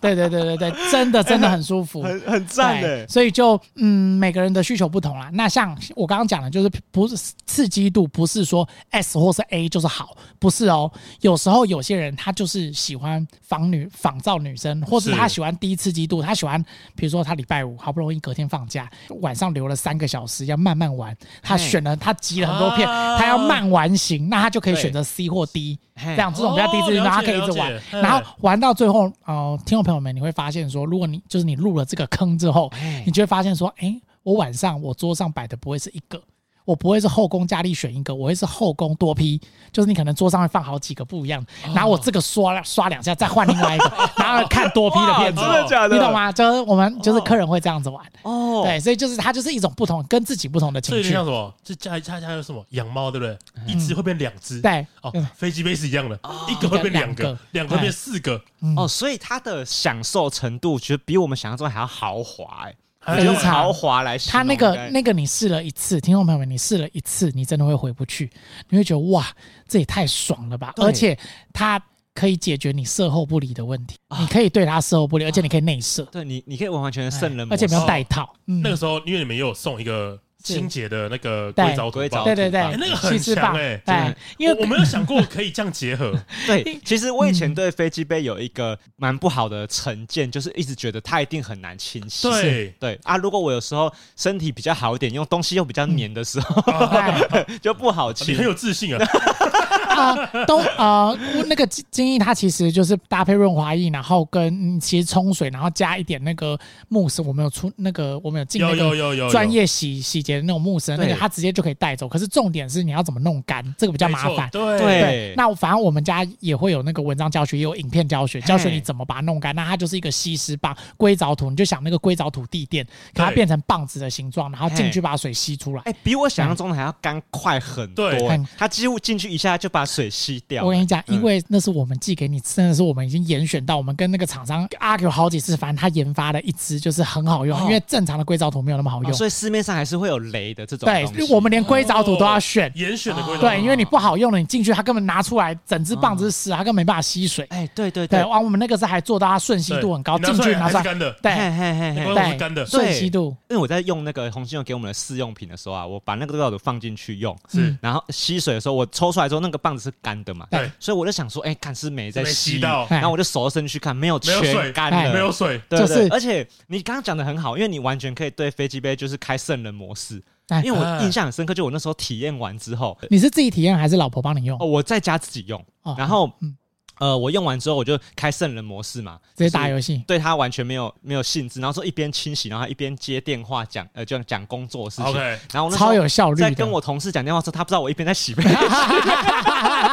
Speaker 4: 对对对对对对，真的真的很舒服，
Speaker 2: 很很赞
Speaker 4: 对
Speaker 2: 的。
Speaker 4: 所以就嗯，每个人的需求不同啦。那像我刚刚讲的，就是不是刺激度，不是说 S 或是 A 就是好，不是哦。有时候有些人他就是喜欢仿女仿造女生，或是
Speaker 3: 是
Speaker 4: 他喜欢低刺激度，他喜欢比如说他礼拜五好不容易隔天放假，晚上留了三个小时要慢慢玩，他
Speaker 2: 嘿
Speaker 4: 选了他集了很多片，他
Speaker 3: 啊
Speaker 4: 要慢玩型，那他就可以
Speaker 2: 对
Speaker 4: 选择 C 或 D
Speaker 2: 嘿
Speaker 4: 这样这种比较低
Speaker 3: 哦
Speaker 4: 刺激度，
Speaker 3: 了
Speaker 4: 然后他
Speaker 3: 解
Speaker 4: 可以一
Speaker 3: 了
Speaker 4: 直
Speaker 3: 解
Speaker 4: 玩，
Speaker 3: 嗯
Speaker 4: 然后玩到最后，呃，听众朋友们，你会发现说，如果你就是你入了这个坑之后
Speaker 2: 哎，
Speaker 4: 你就会发现说，哎、我晚上我桌上摆的不会是一个，我不会是后宫佳丽选一个，我会是后宫多批，就是你可能桌上会放好几个不一样，
Speaker 2: 哦
Speaker 4: 然后我这个刷刷两下再换另外一 个，然后看多批的
Speaker 2: 哇
Speaker 4: 片
Speaker 2: 真
Speaker 4: 子。
Speaker 2: 的假的？
Speaker 4: 你懂？吗？就是我们就是客人会这样子玩，
Speaker 2: 哦，
Speaker 4: 对，所以就是它就是一种不同跟自己不同的
Speaker 3: 这
Speaker 4: 情
Speaker 3: 有点
Speaker 4: 绪
Speaker 3: 像，什么？这家家家有什么养猫，对不对？一只会变两只，
Speaker 4: 嗯对，
Speaker 3: 哦
Speaker 4: 嗯，哦
Speaker 3: 飞机杯是一样的，一个会变两
Speaker 4: 两
Speaker 3: 个
Speaker 4: 个，
Speaker 3: 两个会变四个，
Speaker 4: 嗯
Speaker 2: 哦，所以它的享受程度，觉得比我们想象中还要豪华、欸，
Speaker 3: 还
Speaker 2: 哎，
Speaker 4: 非
Speaker 2: 用
Speaker 4: 常
Speaker 2: 豪华来形
Speaker 4: 他
Speaker 2: 容
Speaker 4: 那
Speaker 2: 应
Speaker 4: 个
Speaker 2: 该
Speaker 4: 那个你试了一次，听众朋友们，你试了一次，你真的会回不去，你会觉得哇，这也太爽了吧！
Speaker 2: 对
Speaker 4: 而且它可以解决你售后不理的问题，
Speaker 2: 啊
Speaker 4: 你可以对它售后不理，而且你可以内射，
Speaker 2: 对你，你可以完完全全啊圣人模
Speaker 4: 哎而且不
Speaker 2: 式，
Speaker 4: 用戴套。嗯，
Speaker 3: 那个时候，因为你们也有送一个清洁的那个
Speaker 4: 对
Speaker 3: 硅藻土
Speaker 2: 硅藻
Speaker 3: 包
Speaker 4: 对对对
Speaker 2: 哎，
Speaker 3: 那个
Speaker 4: 吸
Speaker 3: 很
Speaker 4: 脂
Speaker 3: 强
Speaker 4: 棒
Speaker 3: 哎，
Speaker 4: 哎，因为
Speaker 3: 我我没有想过可以这样结 合，
Speaker 2: 对，
Speaker 4: 嗯
Speaker 2: 其实我以前对飞机杯有一个蛮不好的成见，就是一直觉得它一定很难清洗。
Speaker 3: 对
Speaker 2: 对啊，如果我有时候身体比较好一点，用东西又比较黏的时 候，
Speaker 4: 哎
Speaker 2: 就不好
Speaker 3: 你
Speaker 2: 清
Speaker 3: 很。有自 信啊，
Speaker 4: 啊，都啊，那个精精液它其实就是搭配润滑液，然后跟嗯其实冲水，然后加一点那个慕斯，我们有出那个我们有进
Speaker 3: 有
Speaker 4: 那
Speaker 3: 有
Speaker 4: 个
Speaker 3: 有有有
Speaker 4: 专业洗洗洁的那种慕斯，那个
Speaker 2: 对
Speaker 4: 它直接就可以带走。可是重点是你要怎么弄干，这个比较麻烦
Speaker 3: 没。错对
Speaker 2: 对
Speaker 4: 对，那反正我们家也会有那个文章教学，也有影片教学，教学你怎么把它弄干。那它就是一个吸湿棒、硅藻土，你就想那个硅藻土地垫，给它
Speaker 3: 对
Speaker 4: 变成棒子的形状，然后进去把水吸出来。
Speaker 2: 哎、比我想象中的还要干快很多、
Speaker 3: 嗯对
Speaker 2: 哎它几乎进去一下就把水吸掉了。
Speaker 4: 我跟你讲，
Speaker 2: 嗯
Speaker 4: 因为那是我们寄给你，真的是我们已经严选到，我们跟那个厂商 argue 好几次，反正他研发了一支就是很好用，
Speaker 2: 哦
Speaker 4: 因为正常的硅藻土没有那么好用。
Speaker 2: 哦所以市面上还是会有雷的这种
Speaker 4: 对
Speaker 2: 东西。，哦
Speaker 4: 我们连硅藻土都要选。
Speaker 3: 严选的硅藻土，
Speaker 4: 哦对，因为你不好用了，你进去它根本拿出来整支棒子是湿，它根本没办法吸水。
Speaker 2: 嗯哎、对对
Speaker 4: 对，
Speaker 2: 对
Speaker 4: 哇，我们那个是还做到它瞬吸度很高，
Speaker 3: 你拿
Speaker 4: 进
Speaker 3: 出
Speaker 4: 去
Speaker 3: 来
Speaker 4: 拿
Speaker 3: 还是
Speaker 4: 出来，
Speaker 3: 干的，
Speaker 4: 对，
Speaker 2: 嘿嘿嘿嘿
Speaker 3: 那硅藻土是干的，
Speaker 4: 瞬吸度，
Speaker 2: 因为我在用那个红星友给我们的试用品的时候啊，我把那个豆角放进去用，
Speaker 4: 嗯
Speaker 3: 是
Speaker 2: 然后吸水的时候，我抽出来之后，那个棒子是干的嘛，
Speaker 3: 对，
Speaker 2: 所以我就想说，哎、看是没在
Speaker 3: 没
Speaker 2: 吸
Speaker 3: 吸到
Speaker 2: 然后我就手伸去看，没有
Speaker 3: 没有水
Speaker 2: 全干
Speaker 4: 哎
Speaker 2: 了，
Speaker 3: 没有水，
Speaker 2: 对
Speaker 4: 就
Speaker 2: 对
Speaker 4: 是
Speaker 2: 而且你刚刚讲的很好，因为你完全可以对飞机杯就是开圣人模式
Speaker 4: 哎，
Speaker 2: 因为我印象很深刻，就我那时候体验完之后，
Speaker 4: 你是自己体验还是老婆帮你用
Speaker 2: 哦，？我在家自己用，
Speaker 4: 哦
Speaker 2: 然后
Speaker 4: 嗯
Speaker 2: 呃，我用完之后我就开圣人模式嘛，就
Speaker 4: 直接
Speaker 2: 是
Speaker 4: 打游戏，
Speaker 2: 对他完全没有没有兴致，然后说一边清洗，然后一边接电话讲呃，就讲工作的事情。
Speaker 3: OK
Speaker 2: 然后我那时候
Speaker 4: 超有效率
Speaker 2: 在
Speaker 4: 的。
Speaker 2: 跟我同事讲电话的时候，他不知道我一边在洗杯，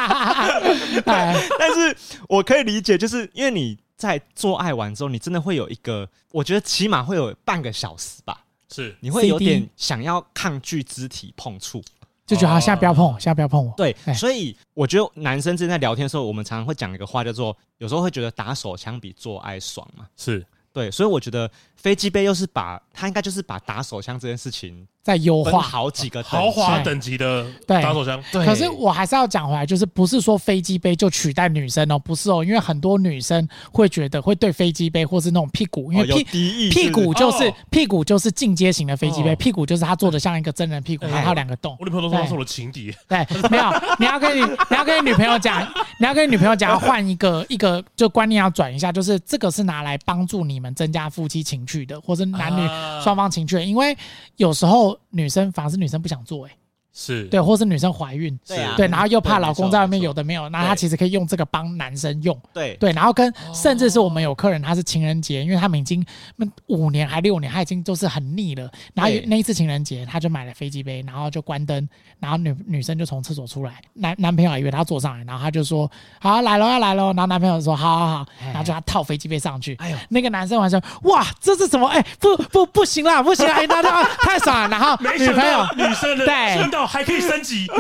Speaker 4: 哎
Speaker 2: 但是我可以理解，就是因为你在做爱完之后，你真的会有一个，我觉得起码会有半个小时吧，
Speaker 3: 是
Speaker 2: 你会有
Speaker 4: CD
Speaker 2: 点想要抗拒肢体碰触。
Speaker 4: 就
Speaker 2: 哦
Speaker 4: 觉得好，现在不要碰我，现在不要碰我。
Speaker 2: 对
Speaker 4: 哎，
Speaker 2: 所以我觉得男生之间在聊天的时候，我们常常会讲一个话，叫做有时候会觉得打手枪比做爱爽嘛。
Speaker 3: 是
Speaker 2: 对，所以我觉得飞机杯又是把它应该就是把打手枪这件事情
Speaker 4: 在优
Speaker 2: 分
Speaker 4: 化。
Speaker 2: 好几个等级哦
Speaker 3: 豪华等级的
Speaker 4: 对
Speaker 3: 打手枪，
Speaker 2: 对，
Speaker 4: 可是我还是要讲回来，就是不是说飞机杯就取代女生哦，不是哦，因为很多女生会觉得会对飞机杯或是那种屁股，因
Speaker 2: 哦
Speaker 4: 为
Speaker 2: 有
Speaker 4: 屁、
Speaker 2: 敌意
Speaker 4: 屁
Speaker 2: 是不是
Speaker 4: 股就是
Speaker 3: 哦
Speaker 4: 屁股就是进阶型的飞机杯，
Speaker 3: 哦
Speaker 4: 屁股就是它做的像一个真人屁股，
Speaker 3: 哎
Speaker 4: 然后两个洞
Speaker 3: 我。女朋友都说他是我的情敌，
Speaker 4: 对，没有，你要跟你你要跟你女朋友讲，你要跟你女朋友讲，要换一个 一个就观念要转一下，就是这个是拿来帮助你们增加夫妻情趣的，或是男女
Speaker 3: 啊
Speaker 4: 双方情趣的，因为有时候女生反而是女生不想做、欸，
Speaker 3: 是
Speaker 4: 对，或是女生怀孕，
Speaker 2: 对啊，
Speaker 4: 对，然后又怕老公在外面有
Speaker 2: 的
Speaker 4: 的没有，那她
Speaker 2: 对
Speaker 4: 其实可以用这个帮男生用。
Speaker 2: 对
Speaker 4: 对，然后跟甚至是我们有客人，他是情人节，因为他们已经嗯五年还六年，他已经就是很腻了。然后有
Speaker 2: 对
Speaker 4: 那一次情人节，他就买了飞机杯，然后就关灯，然后女女生就从厕所出来，男男朋友还以为她坐上来，然后他就说好啊来喽要来喽，然后男朋友说好好好，然后就他套飞机杯上去，
Speaker 2: 哎哎呦
Speaker 4: 那个男生完全哇这是什么？哎不不不行啦不行啦，哎那那太爽了，然后
Speaker 3: 没
Speaker 4: 女
Speaker 3: 想
Speaker 4: 朋友
Speaker 3: 到女生的
Speaker 4: 对
Speaker 3: 顺道还可以升级，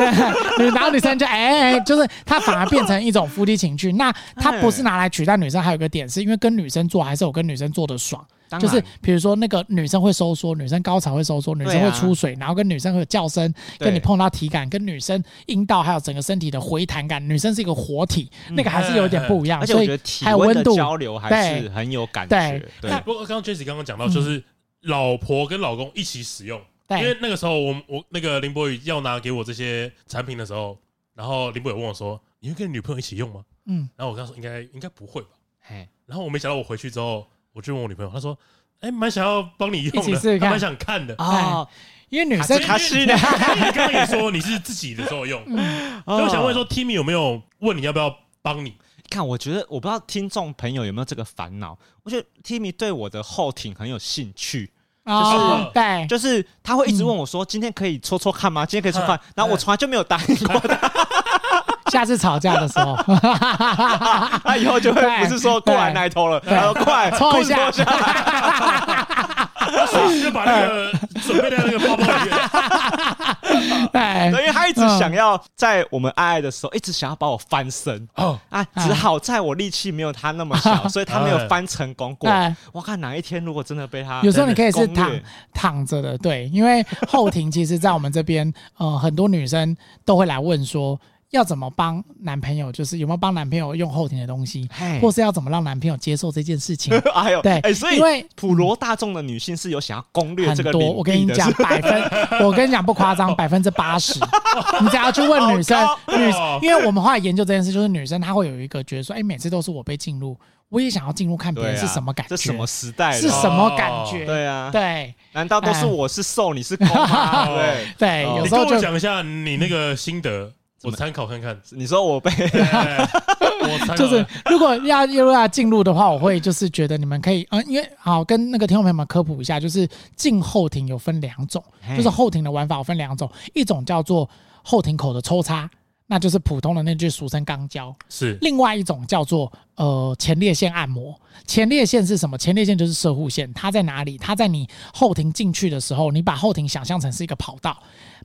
Speaker 4: 对，然后女生就哎、哎就是她反而变成一种夫妻情趣。那它不是拿来取代女生，还有一个点是因为跟女生做还是有跟女生做的爽。
Speaker 2: 当
Speaker 4: 就
Speaker 2: 然
Speaker 4: 是比如说，那个女生会收缩，女生高潮会收缩，女生
Speaker 2: 对
Speaker 4: 会
Speaker 2: 啊
Speaker 4: 出水，然后跟女生会有叫声，
Speaker 2: 对
Speaker 4: 跟你碰到体感，跟女生阴道还有整个身体的回弹感，女生是一个活体，那个还是有一点不一
Speaker 2: 嗯
Speaker 4: 样。
Speaker 2: 而且
Speaker 4: 所
Speaker 2: 我
Speaker 4: 以
Speaker 2: 觉得体
Speaker 4: 还有
Speaker 2: 温
Speaker 4: 温
Speaker 2: 的
Speaker 4: 度，
Speaker 2: 交流还是很有感觉
Speaker 4: 对。
Speaker 2: 对，
Speaker 3: 不过刚刚 Jesse 刚刚讲到，就是老婆跟老公一起使用，因
Speaker 4: 嗯对
Speaker 3: 为那个时候我我那个林博宇要拿给我这些产品的时候，然后林博宇问我说：“你会跟你女朋友一起用吗
Speaker 4: 嗯？”，
Speaker 3: 然后我跟他说：“应该应该不会吧。
Speaker 2: 嘿”
Speaker 3: 然后我没想到我回去之后，我去问我女朋友，她说：“哎，蛮想要帮你
Speaker 4: 一
Speaker 3: 用
Speaker 4: 起
Speaker 3: 的，
Speaker 4: 试试看
Speaker 3: 她蛮想看的。”
Speaker 4: 哎
Speaker 2: 哦，
Speaker 4: 因为女
Speaker 3: 啊
Speaker 2: 这
Speaker 4: 生
Speaker 2: 卡西 呢？
Speaker 3: 因为你刚刚也说你是自己的时候用，所以我想问说，Timmy 有没有问你要不要帮你？
Speaker 2: 哦看，我觉得我不知道听众朋友有没有这个烦恼。我觉得 Timmy 对我的后庭很有兴趣，
Speaker 4: 哦，对，
Speaker 2: 啊就是他会一直问我说：“今天可以搓搓看
Speaker 4: 嗯
Speaker 2: 吗？今天可以搓搓看？”然后我从来就没有答应过他，
Speaker 4: 下次吵架的时 候，
Speaker 2: 他以后就会不是说过来那一头了，然后过来
Speaker 4: 嗯 搓一
Speaker 2: 裤子
Speaker 4: 下
Speaker 2: 脱，下来，
Speaker 3: 所以就把那个准备在那个包包里面，
Speaker 4: 对，
Speaker 2: 对因为他一直想要在我们爱爱的时候，一直想要把我翻身
Speaker 3: 哦
Speaker 2: 啊，
Speaker 4: 嗯
Speaker 2: 只好在我力气没有他那么 小，所以他没有翻成功过
Speaker 4: 哎。
Speaker 2: 我看哪一天如果真的被他
Speaker 4: 有时候你可以是
Speaker 2: 啊攻略
Speaker 4: 躺躺着的，对，因为后庭其实，在我们这边，呃，很多女生都会来问说，要怎么帮男朋友，就是有没有帮男朋友用后庭的东西
Speaker 2: 嘿，
Speaker 4: 或是要怎么让男朋友接受这件事情。
Speaker 2: 哎呦，
Speaker 4: 对
Speaker 2: 哎，所以
Speaker 4: 因为
Speaker 2: 普罗大众的女性是有想要攻略
Speaker 4: 很
Speaker 2: 这个
Speaker 4: 多，
Speaker 2: 领
Speaker 4: 我跟你
Speaker 2: 域的
Speaker 4: 讲，百 分，我跟你讲不夸张，百分之八十。你只要去问女生，女
Speaker 3: 哦，
Speaker 4: 因为我们后来研究这件事，就是女生她会有一个觉得说，哎，每次都是我被进入，我也想要进入看别
Speaker 2: 对
Speaker 4: 人
Speaker 2: 啊，
Speaker 4: 是什么感觉，
Speaker 2: 这什么时代了？
Speaker 4: 是什么感
Speaker 3: 哦
Speaker 4: 觉？
Speaker 2: 对啊，
Speaker 4: 对
Speaker 2: 难道都
Speaker 4: 哎
Speaker 2: 是我是瘦，你是攻 吗？对不对。
Speaker 4: 对，
Speaker 2: 哦
Speaker 3: 你
Speaker 4: 有时
Speaker 3: 跟
Speaker 4: 候就
Speaker 3: 我讲一下你那个心得，我参考看看。
Speaker 2: 你说我被
Speaker 3: 哎我 参考
Speaker 4: 就是如果要如果要进入的话，我会就是觉得你们可以，嗯，因为好跟那个听众朋友们科普一下，就是进后庭有分两种，
Speaker 2: 嘿
Speaker 4: 就是后庭的玩法有分两种，一种叫做后庭口的抽插，那就是普通的那句俗称肛交；
Speaker 3: 是
Speaker 4: 另外一种叫做呃前列腺按摩。前列腺是什么？前列腺就是射护腺，它在哪里？它在你后庭进去的时候，你把后庭想象成是一个跑道，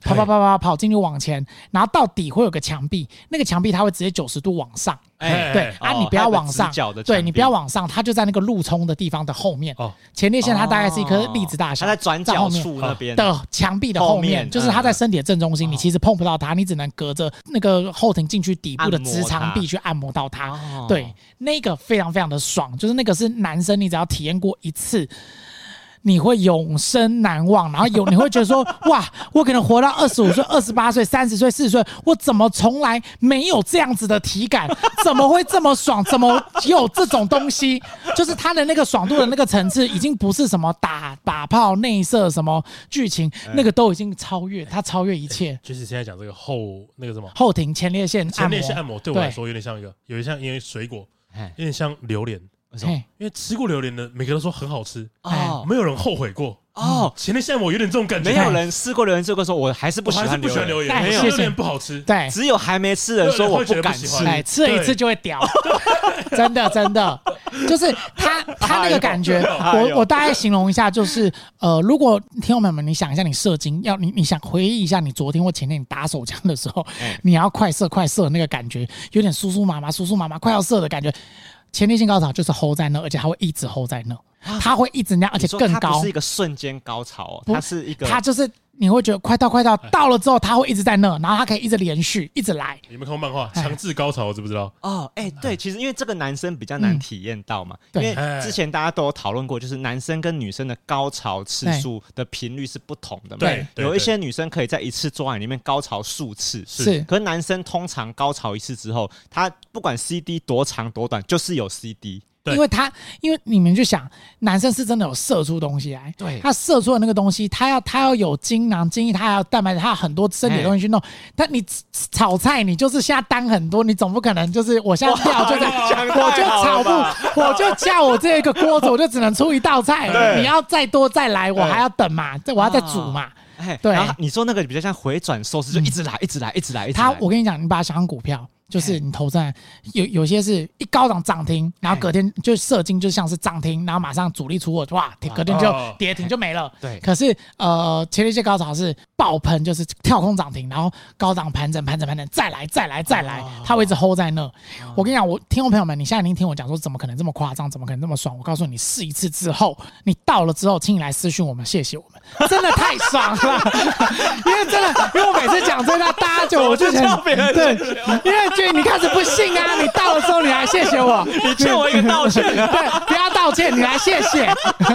Speaker 4: 跑跑跑跑跑进去往前，然后到底会有个墙壁，那个墙壁它会直接九十度往上。
Speaker 2: 哎
Speaker 4: 对啊，
Speaker 2: 哦
Speaker 4: 你不要
Speaker 2: 它
Speaker 4: 往
Speaker 2: 有个
Speaker 4: 上
Speaker 2: 直角的，墙
Speaker 4: 对
Speaker 2: 壁
Speaker 4: 你不要往上，它就在那个路冲的地方的后面
Speaker 3: 哦。
Speaker 4: 前列腺它大概是一颗
Speaker 2: 哦
Speaker 4: 粒子大小，
Speaker 2: 它在转角
Speaker 4: 后面哦
Speaker 2: 处那边
Speaker 4: 的墙壁的后
Speaker 2: 后面
Speaker 4: 面，就是它在身体的正中心，
Speaker 2: 嗯
Speaker 4: 你其实碰不到它，你只能隔着那个后庭进去底部的
Speaker 2: 按摩
Speaker 4: 直肠
Speaker 2: 它
Speaker 4: 壁去按摩到它。
Speaker 2: 哦
Speaker 4: 对，那个非常非常的爽，就是那个是男生，你只要体验过一次。你会永生难忘，然后有你会觉得说，哇，我可能活到二十五 岁、二十八岁、三十岁、四十岁，我怎么从来没有这样子的体感？怎么会这么爽？怎么有这种东西？就是它的那个爽度的那个层次，已经不是什么打打炮、内射什么剧情，
Speaker 3: 哎
Speaker 4: 那个都已经超越，它超越一切。
Speaker 3: 就是现在讲这个后那个什么
Speaker 4: 后庭前列腺
Speaker 3: 前列腺按摩，对我
Speaker 4: 对
Speaker 3: 来说有点像一个，有点像因为水果，
Speaker 2: 哎
Speaker 3: 有点像榴莲，
Speaker 2: 为什么
Speaker 4: 嘿，
Speaker 3: 因为吃过榴莲的每个都说很好吃，
Speaker 4: 嗯
Speaker 2: 哦
Speaker 3: 没有人后悔过。
Speaker 2: 哦，
Speaker 3: 前列腺按摩有点这种感觉，
Speaker 2: 没有人试过榴莲这个说，我还是
Speaker 3: 我
Speaker 2: 不喜
Speaker 3: 还是
Speaker 2: 欢
Speaker 3: 不喜欢
Speaker 2: 榴
Speaker 3: 榴莲，
Speaker 4: 哎
Speaker 3: 没有
Speaker 4: 谢谢
Speaker 3: 榴莲不好吃。
Speaker 4: 对，
Speaker 2: 只有还没吃的人说我不敢
Speaker 3: 对会觉得不喜
Speaker 2: 吃
Speaker 3: 欢，
Speaker 4: 哎，吃了一次就会屌， 真的真的，就是 他他那个感觉，
Speaker 2: 哎呦
Speaker 4: 我我大概形容一下，就是呃，如果听众朋友们，你想一下，你射精要你你想回忆一下，你昨天或前天你打手枪的时候，
Speaker 2: 哎
Speaker 4: 你要快射快射那个感觉，有点酥酥麻麻酥酥麻麻快要射的感觉，前列腺高潮就是 hold 在那，而且它会一直 hold 在那，它会一直那样，而且
Speaker 2: 啊你说
Speaker 4: 更
Speaker 2: 它
Speaker 4: 高
Speaker 2: 不是一，个瞬间高潮哦，
Speaker 4: 不
Speaker 2: 它是一个哎
Speaker 4: 它就是你会觉得快到快到到了之后，它会一直在那，然后它可以一直连续一直来。
Speaker 3: 你们看过漫画《
Speaker 4: 哎
Speaker 3: 强制高潮》，知不知道？
Speaker 2: 哦，哎，对，其实因为这个男生比较难
Speaker 4: 嗯
Speaker 2: 体验到嘛，因
Speaker 4: 对
Speaker 2: 为之前大家都有讨论过，就是男生跟女生的高潮次
Speaker 4: 对
Speaker 2: 数的频率是不同的嘛，
Speaker 3: 对对
Speaker 2: 有一些女生可以在一次做爱里面高潮数次，
Speaker 4: 是是
Speaker 2: 可是男生通常高潮一次之后，他不管 CD 多长多短，就是有 CD。
Speaker 3: 对
Speaker 4: 因为他，因为你们就想，男生是真的有射出东西来，
Speaker 2: 对
Speaker 4: 他射出的那个东西，他要他要有精囊、精液，他还有蛋白质，他有很多身体的东西去
Speaker 2: 哎
Speaker 4: 弄。但你吃炒菜，你就是下单很多，你总不可能就是我现在料就在，
Speaker 2: 讲得
Speaker 4: 我就
Speaker 2: 太好了
Speaker 4: 炒
Speaker 2: 吧
Speaker 4: 不，我就叫我这个锅子，我就只能出一道菜，
Speaker 2: 对
Speaker 4: 你要再多再来，我
Speaker 2: 对
Speaker 4: 还要等嘛，这我要再煮嘛。
Speaker 2: 哎，
Speaker 4: 对
Speaker 2: 然后你说那个比较像回转寿司，就一直来，一直来，一直来，一直来。
Speaker 4: 他，我跟你讲，你把它想成股票，就是你投资人有有些是一高档涨停，然后隔天就射精，就像是涨停，然后马上主力出货，哇，停隔天就
Speaker 3: 哦
Speaker 4: 跌停就没了。
Speaker 2: 对
Speaker 4: 可是呃，前列腺高潮是爆喷，就是跳空涨停，然后高档盘整盘整盘整，再来再来再
Speaker 2: 哦
Speaker 4: 来，它会一直 hold 在那。我跟你讲，我听众朋友们，你现在已经听我讲说，怎么可能这么夸张，怎么可能这么爽？我告诉你，试一次之后，你到了之后，请你来私讯我们，谢谢我们，真的太爽了， 因为真的，因为我每次讲这个，大家就我就
Speaker 2: 怎么就叫别人
Speaker 4: 对，因为觉得你开始不信啊，你到了之后你还谢谢我，
Speaker 2: 你欠我一个道 歉啊。
Speaker 4: 对，不要道歉，你来谢谢。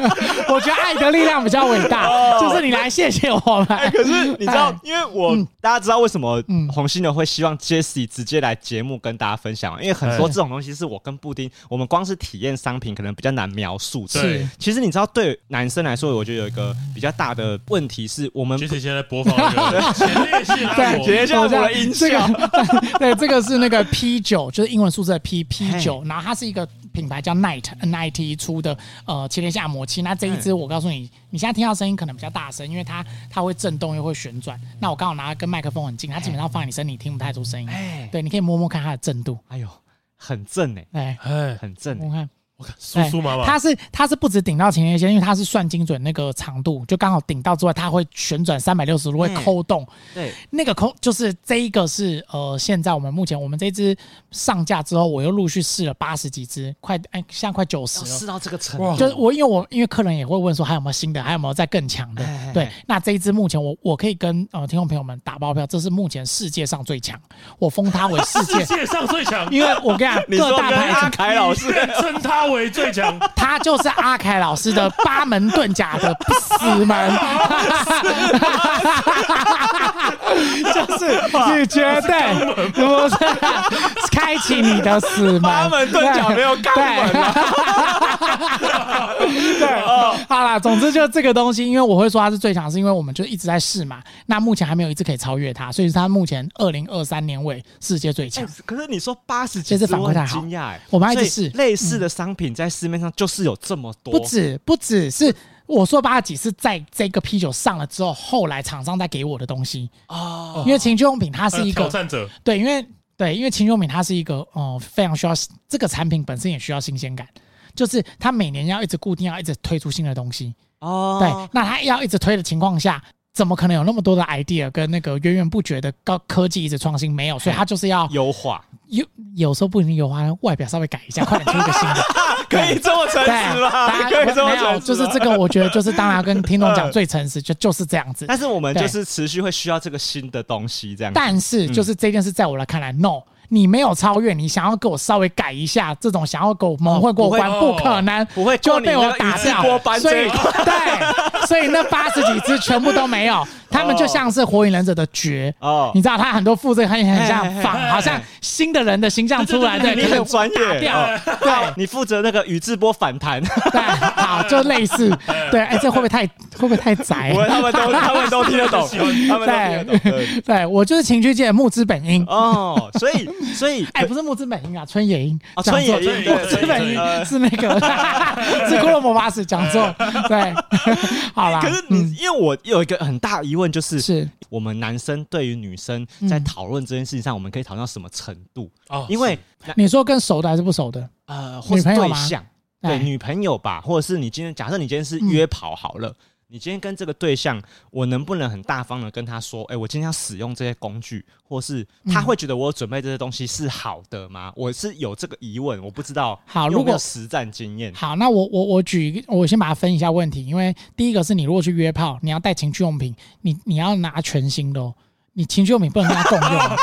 Speaker 4: 我觉得爱的力量比较伟大，就是你来谢谢我
Speaker 2: 哦哎，
Speaker 4: 们。
Speaker 2: 可是你知道
Speaker 4: 哎，
Speaker 2: 因为我大家知道为什么
Speaker 4: 嗯
Speaker 2: 红犀牛会希望 Jesse 直接来节目跟大家分享吗，因为很多
Speaker 3: 哎
Speaker 2: 这种东西是我跟布丁，我们光是体验商品可能比较难描述的。
Speaker 3: 对
Speaker 4: 是
Speaker 2: 其实你知道，对男生来说，我觉得有一个比较大的问题是我们
Speaker 3: 其实现在播放那 个前列腺按
Speaker 4: 对，
Speaker 3: 摩，
Speaker 2: 前列腺按摩的音
Speaker 4: 这个对，这个是那个 P 九，就是英文数字的 P P 九，然后它是一个品牌叫 Night Night 出的呃气垫下按摩器。那这一支我告诉你，你现在听到声音可能比较大声，因为它它会震动又会旋转。那我刚好拿它跟麦克风很近，它基本上放在你身体听不太出声音。
Speaker 2: 哎
Speaker 4: 对，你可以摸摸看它的震度，
Speaker 2: 哎呦，很正哎，
Speaker 4: 哎，
Speaker 3: 哎，
Speaker 2: 很正
Speaker 4: 摸
Speaker 2: 欸，
Speaker 4: 摸看。
Speaker 3: 叔叔妈妈，
Speaker 4: 它是它是不止顶到前列腺，因为它是算精准那个长度，就刚好顶到之外，它会旋转三百六十度，会
Speaker 2: 嗯
Speaker 4: 扣动。
Speaker 2: 对，
Speaker 4: 那个空就是这一个是呃，现在我们目前我们这支上架之后，我又陆续试了八十几只，快哎，现在快九十
Speaker 2: 要
Speaker 4: 了
Speaker 2: 试。哦到这个程
Speaker 3: 哇
Speaker 2: 度，
Speaker 4: 就是我，因为我因为客人也会问说还有没有新的，还有没有再更强的
Speaker 2: 哎哎哎？
Speaker 4: 对，那这一支目前我我可以跟呃听众朋友们打包票，这是目前世界上最强，我封它为世
Speaker 3: 世
Speaker 4: 界，
Speaker 3: 界上最强，
Speaker 4: 因为我跟你
Speaker 2: 你
Speaker 4: 讲
Speaker 2: 说
Speaker 4: 各大
Speaker 2: 跟阿
Speaker 4: 牌子，
Speaker 2: 凯老师
Speaker 3: 认称他为最强，
Speaker 4: 他就是阿凯老师的八门遁甲的死 门，就是你绝对不是开启你的死门，
Speaker 2: 八门遁甲没有肛门啊
Speaker 4: 对，对，
Speaker 2: 哦
Speaker 4: 好啦，总之就这个东西，因为我会说它是最强，是因为我们就一直在试嘛。那目前还没有一次可以超越它，所以它目前二零二三年尾世界最强
Speaker 2: 哎。可是你说八十
Speaker 4: 这
Speaker 2: 几
Speaker 4: 次
Speaker 2: 只，
Speaker 4: 反
Speaker 2: 我
Speaker 4: 馈太
Speaker 2: 很
Speaker 4: 好
Speaker 2: 惊讶哎，
Speaker 4: 我们还一
Speaker 2: 所
Speaker 4: 直
Speaker 2: 以
Speaker 4: 试
Speaker 2: 类似的商品在市面上就是有这么多，
Speaker 4: 不止不只是我说八十几是在这个啤酒上了之后，后来厂商再给我的东西，
Speaker 2: 哦，
Speaker 4: 因为情趣用品 它是一
Speaker 3: 呃挑
Speaker 4: 个
Speaker 3: 战者，
Speaker 4: 对，因为对，因为情趣用品它是一个哦、呃非常需要这个产品本身也需要新鲜感，就是它每年要一直固定要一直推出新的东西。
Speaker 2: 哦，
Speaker 4: 对，那他要一直推的情况下，怎么可能有那么多的 idea 跟那个源源不绝的高科技一直创新？没有，所以他就是要
Speaker 2: 优化，
Speaker 4: 有有时候不一定有啊，外表稍微改一下，快点出一个新的。
Speaker 2: 可以这么诚实
Speaker 4: 对，
Speaker 2: 吗？
Speaker 4: 大
Speaker 2: 可
Speaker 4: 家
Speaker 2: 以这么
Speaker 4: 没
Speaker 2: 诚
Speaker 4: 有，
Speaker 2: 实，啊嗯
Speaker 4: 就是这。个，我觉得就是当然 要跟听众讲最诚实，就就是这样子。
Speaker 2: 但是我们
Speaker 4: 对
Speaker 2: 就是持续会需要这个新的东西，这样子。
Speaker 4: 但是就是这件事，在我来看来，no。你没有超越，你想要给我稍微改一下，这种想要给我蒙混过关，
Speaker 3: 哦不
Speaker 4: 不
Speaker 3: 会
Speaker 4: 可能，
Speaker 2: 不会
Speaker 4: 就
Speaker 2: 过
Speaker 4: 会
Speaker 2: 你
Speaker 4: 被我
Speaker 2: 那个
Speaker 4: 打
Speaker 2: 宇智
Speaker 4: 掉
Speaker 2: 波斑。
Speaker 4: 所
Speaker 2: 这一
Speaker 4: 以 对，所以那八十几只全部都 没有，他们就像是火影忍者的绝
Speaker 2: 哦
Speaker 4: 你知道他很多复制很很像仿
Speaker 3: 嘿嘿，
Speaker 4: 好像新的人的形象出来，对，
Speaker 2: 你
Speaker 4: 可是
Speaker 2: 很专业
Speaker 4: 打掉，
Speaker 2: 哦
Speaker 4: 对
Speaker 2: 你负责那个宇智波反弹，
Speaker 4: 对，好，就 类似，对，哎，这会不会太会不会太宅
Speaker 2: 我？他们都他们都听得 懂，他们都听得懂。对
Speaker 4: 哎对我就是情趣界的木之本樱，
Speaker 2: 哦，所以所以
Speaker 4: 哎，不是木之本樱啊，春野樱
Speaker 2: 啊，，
Speaker 4: 讲
Speaker 2: 春
Speaker 4: 错
Speaker 2: 野樱
Speaker 3: 对
Speaker 4: 木之本
Speaker 3: 对
Speaker 4: 樱
Speaker 2: 呃
Speaker 4: 是那个 是骷髅魔法使，讲错，对， 好啦，嗯
Speaker 2: 可是你，因为我有一个很大疑问，就是
Speaker 4: 是嗯
Speaker 2: 我们男生对于女生在讨论这件事情上，我们可以讨论到什么程度？
Speaker 3: 哦
Speaker 2: 因为
Speaker 4: 你说跟熟的还是不熟的？
Speaker 2: 呃，或是
Speaker 4: 女朋友
Speaker 2: 对
Speaker 4: 吗
Speaker 2: 象，
Speaker 4: 哎
Speaker 2: 对女朋友吧，或者是你今天假设你今天是
Speaker 4: 嗯
Speaker 2: 约跑好了，你今天跟这个对象，我能不能很大方的跟他说，哎、我今天要使用这些工具，或是
Speaker 4: 嗯
Speaker 2: 他会觉得我准备这些东西是好的吗？我是有这个疑问，我不知道
Speaker 4: 好
Speaker 2: 有
Speaker 4: 如
Speaker 2: 没
Speaker 4: 果
Speaker 2: 有实战经 验。
Speaker 4: 好，那我我我举一个，我先把它分一下问题，因为第一个是你如果去约炮，你要带情趣用品，你你要拿全新的哦，你情趣用品不能跟他共 用哦。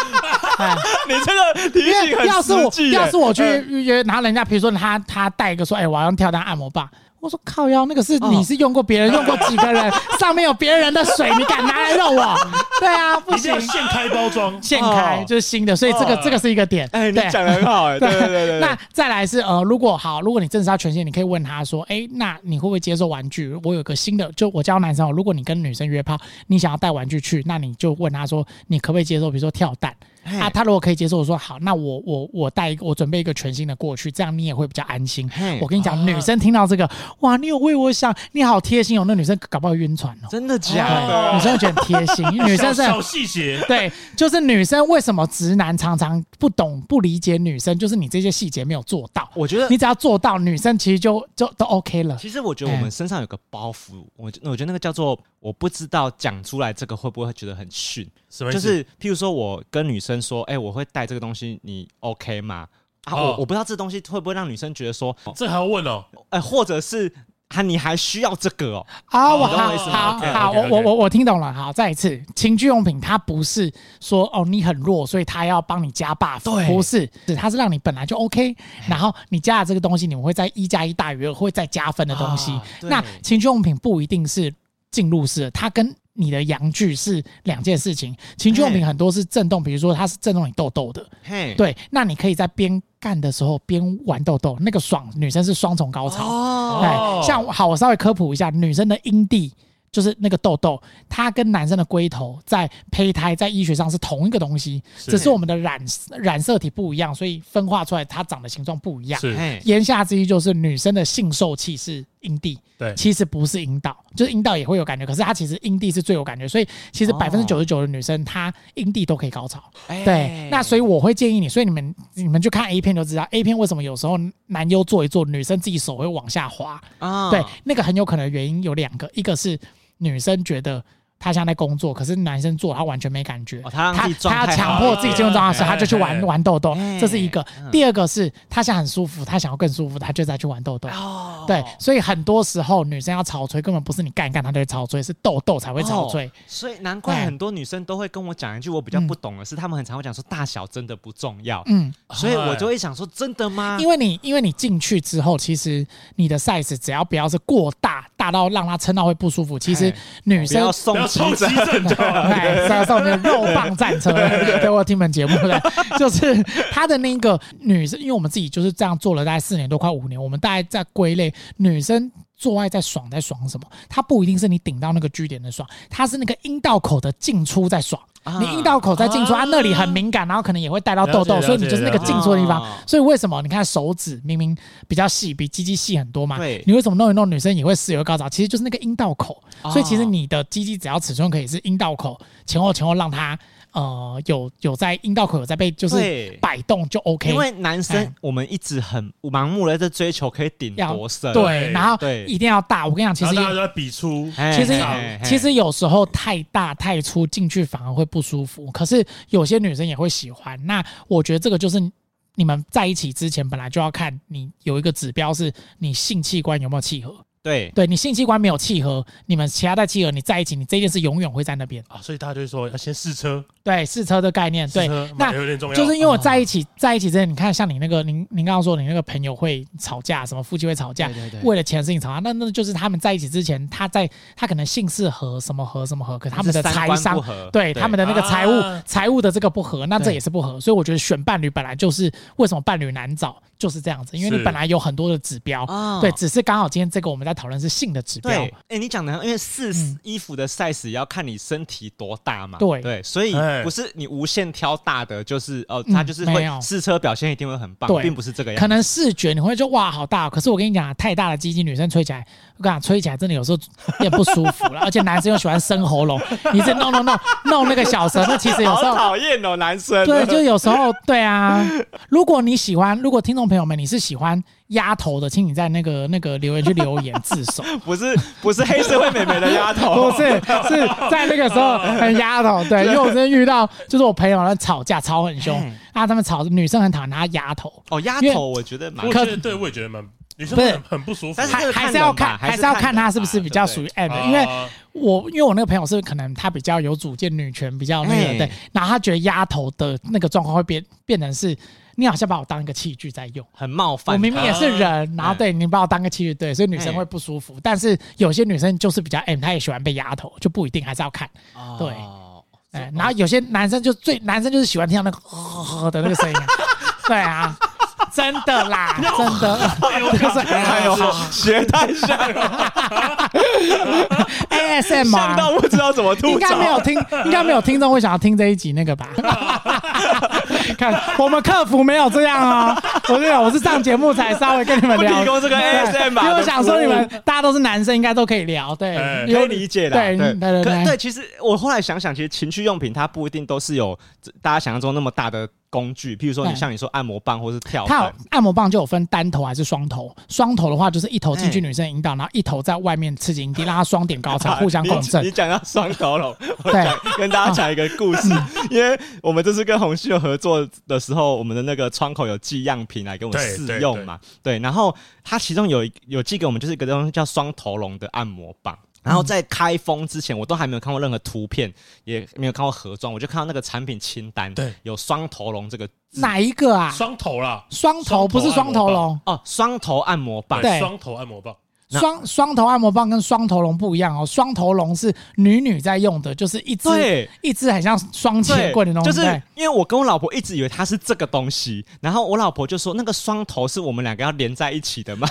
Speaker 4: 哎
Speaker 2: 你这个提
Speaker 4: 因
Speaker 2: 醒
Speaker 4: 为
Speaker 2: 很
Speaker 4: 要是我
Speaker 2: 实际耶
Speaker 4: 要是我去
Speaker 2: 嗯
Speaker 4: 约，然后人家比如说他他带一个说，哎、我要用跳蛋按摩棒，我说靠腰，那个是
Speaker 2: 哦
Speaker 4: 你是用过别人用过几个 人，上面有别人的水，你敢拿来用我？对啊，不
Speaker 3: 一定
Speaker 4: 行
Speaker 3: 要，现开包装，
Speaker 4: 现开
Speaker 2: 哦
Speaker 4: 就是新的，所以这个、
Speaker 3: 哦
Speaker 4: 这个是一个点。
Speaker 2: 哎、你
Speaker 4: 对
Speaker 2: 讲的很好、 哎，对对对对，
Speaker 4: 那再来是呃，如果好，如果你真的是要权限，你可以问他说，哎、那你会不会接受玩具？我有个新的，就我教男生哦，如果你跟女生约炮，你想要带玩具去，那你就问他说，你可不可以接受，比如说跳蛋
Speaker 2: 嘿
Speaker 4: 啊？他如果可以接受，我说好，那我我我带一个，我准备一个全新的过去，这样你也会比较安心
Speaker 2: 嘿。
Speaker 4: 我跟你讲，
Speaker 3: 啊
Speaker 4: 女生听到这个，哇，你有为我想，你好贴心哦，那女生搞不好晕船哦。
Speaker 2: 真的假的？
Speaker 4: 对，女生会觉得很贴心，因 为女生是很
Speaker 3: 小小细节，
Speaker 4: 对，就是女生为什么直男常常不懂、不理解女生，就是你这些细节没有做到。
Speaker 2: 我觉得
Speaker 4: 你只要哎做到，女生其实就就都 OK 了。
Speaker 2: 其实我觉得我们身上有个包袱，我觉我觉得那个叫做我不知道讲出来这个会不会觉得很逊，
Speaker 3: 什么意
Speaker 2: 就
Speaker 3: 思
Speaker 2: 是譬如说我跟女生说，哎、我会带这个东西，你 OK 吗？啊，
Speaker 3: 哦
Speaker 2: 我我不知道这东西会不会让女生觉得说，哎、
Speaker 3: 这还要问哦，
Speaker 2: 或者是啊，你还需要这个哦，
Speaker 4: 啊，我
Speaker 3: 你懂
Speaker 4: 好
Speaker 3: 我意思吗
Speaker 4: 好
Speaker 3: OK，OK，OK
Speaker 4: 好，我我我我听懂了。好，再一次，情趣用品它不是说哦你很弱，所以它要帮你加 buff，
Speaker 2: 对
Speaker 4: 不是，是它是让你本来就 OK，然后你加了这个东西，你们会在一加一大于二，会再加分的东西
Speaker 2: 啊。对
Speaker 4: 那情趣用品不一定是进入式的，它跟你的阳具是两件事情。情趣用品
Speaker 2: 嘿
Speaker 4: 很多是震动，比如说它是震动你痘痘的，
Speaker 2: 嘿，
Speaker 4: 对，那你可以在边干的时候边玩痘痘，那个爽，女生是双重高潮。
Speaker 2: 哦，
Speaker 4: 哎，像好，我稍微科普一下，女生的阴蒂就是那个痘痘，它跟男生的龟头在胚胎在医学上是同一个东西，
Speaker 3: 是
Speaker 4: 只是我们的染染色体不一样，所以分化出来它长的形状不一样。
Speaker 3: 是
Speaker 2: 嘿，
Speaker 4: 言下之意就是女生的性受器是阴蒂，
Speaker 3: 对
Speaker 4: 其实不是阴道，就是阴道也会有感觉，可是它其实阴蒂是最有感觉，所以其实
Speaker 2: 哦
Speaker 4: 百分之九十九的女生她阴蒂都可以高潮。
Speaker 2: 哎
Speaker 4: 对，那所以我会建议你，所以你们你们去看 A 片就知道，A 片为什么有时候男优做一做，女生自己手会往下滑，
Speaker 2: 啊
Speaker 4: 对，那个很有可能原因有两个，一个是女生觉得她像在工作，可是男生做她完全没感觉，
Speaker 2: 哦她让自己状
Speaker 4: 她
Speaker 2: 态
Speaker 4: 要强
Speaker 2: 好
Speaker 4: 迫
Speaker 2: 一
Speaker 4: 自己
Speaker 2: 点
Speaker 4: 进入状态时，
Speaker 3: 哎
Speaker 4: 她就去
Speaker 3: 哎
Speaker 4: 玩玩痘痘
Speaker 2: 哎，
Speaker 4: 这是一个
Speaker 2: 嗯。
Speaker 4: 第二个是她想很舒服，她想要更舒服，她就再去玩痘痘。
Speaker 2: 哦
Speaker 4: 对，所以很多时候女生要潮吹，根本不是你干一干她就会潮吹，是痘痘才会哎潮吹。
Speaker 2: 哦所以难怪很多女生都会跟我讲一句我比较不懂的是，她们很常会讲说大小真的不重要，
Speaker 4: 嗯，
Speaker 2: 所以我就会想说真的吗？
Speaker 4: 因为你因为你进去之后，其实你的 size 只要不要是过大，大到让她撑到会不舒服，其实
Speaker 2: 哎
Speaker 4: 女
Speaker 2: 不
Speaker 4: 生
Speaker 2: 要
Speaker 3: 不
Speaker 2: 送
Speaker 3: 要
Speaker 2: 急
Speaker 3: 抽急
Speaker 2: 诊，
Speaker 3: 症就好了。
Speaker 4: 哎，上上面肉棒战车，对我有听本节目的，就是他的那个女生，因为我们自己就是这样做了大概四年多，快五年，我们大概在归类女生。做爱在爽，在爽什么？它不一定是你顶到那个据点的爽，它是那个阴道口的进出在爽。
Speaker 2: 啊
Speaker 4: 你阴道口在进出，
Speaker 3: 啊
Speaker 4: 它那里很敏感，然后可能也会带到痘
Speaker 3: 了
Speaker 4: 痘，
Speaker 3: 解
Speaker 4: 所以你就是那个
Speaker 3: 了解
Speaker 4: 进出的地方
Speaker 2: 哦。
Speaker 4: 所以为什么你看手指明明比较细，比鸡鸡细很多嘛？
Speaker 2: 对
Speaker 4: 你为什么弄一弄女生也会湿也会高潮？其实就是那个阴道口。
Speaker 2: 哦
Speaker 4: 所以其实你的鸡鸡只要尺寸可以是阴道口前后前后让它呃有有在阴道口有在被就是
Speaker 2: 对
Speaker 4: 摆动就 OK。
Speaker 2: 因为男生
Speaker 4: 哎
Speaker 2: 我们一直很盲目的在追求可以顶
Speaker 4: 要
Speaker 2: 多深，
Speaker 4: 对，然后
Speaker 2: 对
Speaker 4: 一定要大。我跟你讲，其
Speaker 3: 然后
Speaker 4: 实
Speaker 3: 大家都
Speaker 4: 也
Speaker 3: 在比出，
Speaker 2: 嘿，
Speaker 4: 其实
Speaker 2: 嘿
Speaker 4: 其实有时候太大太粗进去反而会不舒服，可是有些女生也会喜欢。那我觉得这个就是。你们在一起之前，本来就要看你有一个指标，是你性器官有没有契合。
Speaker 2: 对
Speaker 4: 对你性器官没有契合，你们其他的契合，你在一起，你这件事永远会在那边。
Speaker 3: 啊，所以大家就会说要先试车，
Speaker 4: 对，试车的概念，
Speaker 3: 试
Speaker 4: 对
Speaker 3: 车，
Speaker 4: 那
Speaker 3: 买有点重要，
Speaker 4: 就是因为我在一起，在一起之前，你看像你那个，您您刚刚说你那个朋友会吵架，什么夫妻会吵架，
Speaker 2: 对对
Speaker 4: 为了钱的事情吵架，那那就是他们在一起之前，他在他可能姓氏合什么合什么合，可是他们的
Speaker 2: 是三
Speaker 4: 财
Speaker 2: 观
Speaker 4: 商
Speaker 2: 不合
Speaker 4: 对他们的那个财务
Speaker 3: 啊
Speaker 4: 财务的这个不合，那这
Speaker 2: 对
Speaker 4: 也是不合，所以我觉得选伴侣本来就是为什么伴侣难找就是这样子，因为你
Speaker 3: 是
Speaker 4: 本来有很多的指标，
Speaker 2: 哦
Speaker 4: 对，只是刚好今天这个我们在讨论是性的指标，
Speaker 2: 对，哎，你讲的很，因为试
Speaker 4: 嗯
Speaker 2: 衣服的 size 也要看你身体多大嘛，
Speaker 4: 对
Speaker 2: 对，所以
Speaker 3: 哎
Speaker 2: 不是你无限挑大的，就是哦，
Speaker 4: 嗯
Speaker 2: 他就是
Speaker 4: 没
Speaker 2: 会
Speaker 4: 有
Speaker 2: 试车表现一定会很棒
Speaker 4: 对，
Speaker 2: 并不是这个样
Speaker 4: 可
Speaker 2: 子，
Speaker 4: 能视觉你会觉得哇好大哦，可是我跟你讲啊，太大的鸡鸡女生吹起来，我跟你讲吹起来真的有时候也不舒服了，而且男生又喜欢生喉咙，你 这弄弄弄弄那个小舌，那其实有
Speaker 2: 好
Speaker 4: 时候。
Speaker 2: 讨厌哦，男生，
Speaker 4: 对，就有时候对啊。如果你喜欢，如果听众朋友们你是喜欢丫头的，请你在那个那个留言区留言自 首，
Speaker 2: 不是不是黑社会美眉的丫啊头，
Speaker 4: 不是是在那个时候很丫头，对，因为我真的遇到就是我朋友们吵架吵很凶
Speaker 2: 嗯
Speaker 4: 啊，他们吵女生很讨厌她丫头，
Speaker 2: 哦，丫
Speaker 4: 因为
Speaker 2: 头我觉得蛮
Speaker 3: 我
Speaker 4: 可
Speaker 3: 觉得对，我也觉得蛮女生
Speaker 4: 哎不是
Speaker 3: 很很不舒服
Speaker 2: 但，是
Speaker 4: 还
Speaker 2: 这个
Speaker 4: 还
Speaker 2: 看
Speaker 4: 是要
Speaker 2: 人吧
Speaker 4: 看，
Speaker 2: 还
Speaker 4: 还
Speaker 2: 是
Speaker 4: 是要
Speaker 2: 看
Speaker 4: 看
Speaker 2: 人
Speaker 4: 他是不
Speaker 2: 吧
Speaker 4: 是比较
Speaker 2: 对不哦
Speaker 4: 属于
Speaker 2: 对
Speaker 4: M 的，
Speaker 3: 啊
Speaker 4: 因为我因为我那个朋友是可能他比较有主见，女权比较那个
Speaker 2: 哎
Speaker 4: 对，然后他觉得丫头的那个状况会变变成是，你好像把我当一个器具在用。
Speaker 2: 很冒
Speaker 4: 我
Speaker 2: 犯，
Speaker 4: 明明也是人，然后
Speaker 2: 嗯
Speaker 4: 对你把我当个器具，对，所以女
Speaker 2: 哎
Speaker 4: 生会不舒服。但是有些女生就是比较 M，她也喜欢被丫头，就不一定，还是要看。
Speaker 2: 哦
Speaker 4: 对哎，然后有些男生就最男生就是喜欢听到那个的那个声音啊， 对啊，真的 啦，真的， 就是
Speaker 2: 哎呦，学太像了， 像
Speaker 4: ASMR
Speaker 2: 到。不知道怎么吐槽。
Speaker 4: 应该没有听，应该没有听众会想要听这一集那个吧？ 看我们客服没有这样哦，我是我是上节目才稍微跟你们聊，
Speaker 2: 不提供这个
Speaker 4: 对
Speaker 2: ASMR
Speaker 4: 因为我想说
Speaker 2: 的
Speaker 4: 你
Speaker 2: 服务
Speaker 4: 们大家都是男生，应该都可以聊，对
Speaker 3: 哎，
Speaker 4: 因
Speaker 2: 可
Speaker 4: 为
Speaker 2: 以理解啦，
Speaker 4: 对对对
Speaker 2: 可
Speaker 4: 对
Speaker 2: 对，其实我后来想想，其实情趣用品它不一定都是有大家想象中那么大的工具，譬如说你
Speaker 4: 对
Speaker 2: 像你说按摩棒或是跳
Speaker 4: 它有
Speaker 2: 板，
Speaker 4: 按摩棒就有分单头还是双头，双头的话就是一头进去
Speaker 2: 哎
Speaker 4: 女生引导，然后一头在外面刺 激阴蒂，让她双点高潮，互相共振
Speaker 2: 啊你。你。 讲到双头龙，我
Speaker 4: 对啊嗯
Speaker 2: 讲跟大家讲一个故事， 因为我们这次跟红旭有合作的时候，我们的那个窗口有寄样品来给我们
Speaker 3: 对
Speaker 2: 试用嘛，对，然后它其中有一有寄给我们就是一个东西叫双头龙的按摩棒。然后
Speaker 4: 嗯
Speaker 2: 在开封之前，我都还没有看过任何图片，也没有看过盒装，我就看到那个产品清单，
Speaker 3: 对，
Speaker 2: 有双头龙这个字
Speaker 4: 哪一个啊？
Speaker 3: 双头啦，
Speaker 4: 双头不是
Speaker 3: 双
Speaker 4: 双
Speaker 3: 头
Speaker 4: 头
Speaker 3: 按摩棒
Speaker 4: 龙，
Speaker 2: 哦，双头按摩棒，
Speaker 4: 对
Speaker 3: 双头按摩棒，
Speaker 2: 那
Speaker 4: 双双头按摩棒跟双头龙不一样哦，双头龙是女女在用的，就是一只
Speaker 2: 对
Speaker 4: 一只很像双节棍的那种，
Speaker 2: 就是
Speaker 4: 对
Speaker 2: 因为我跟我老婆一直以为它是这个东西，然后我老婆就说那个双头是我们两个要连在一起 的嘛，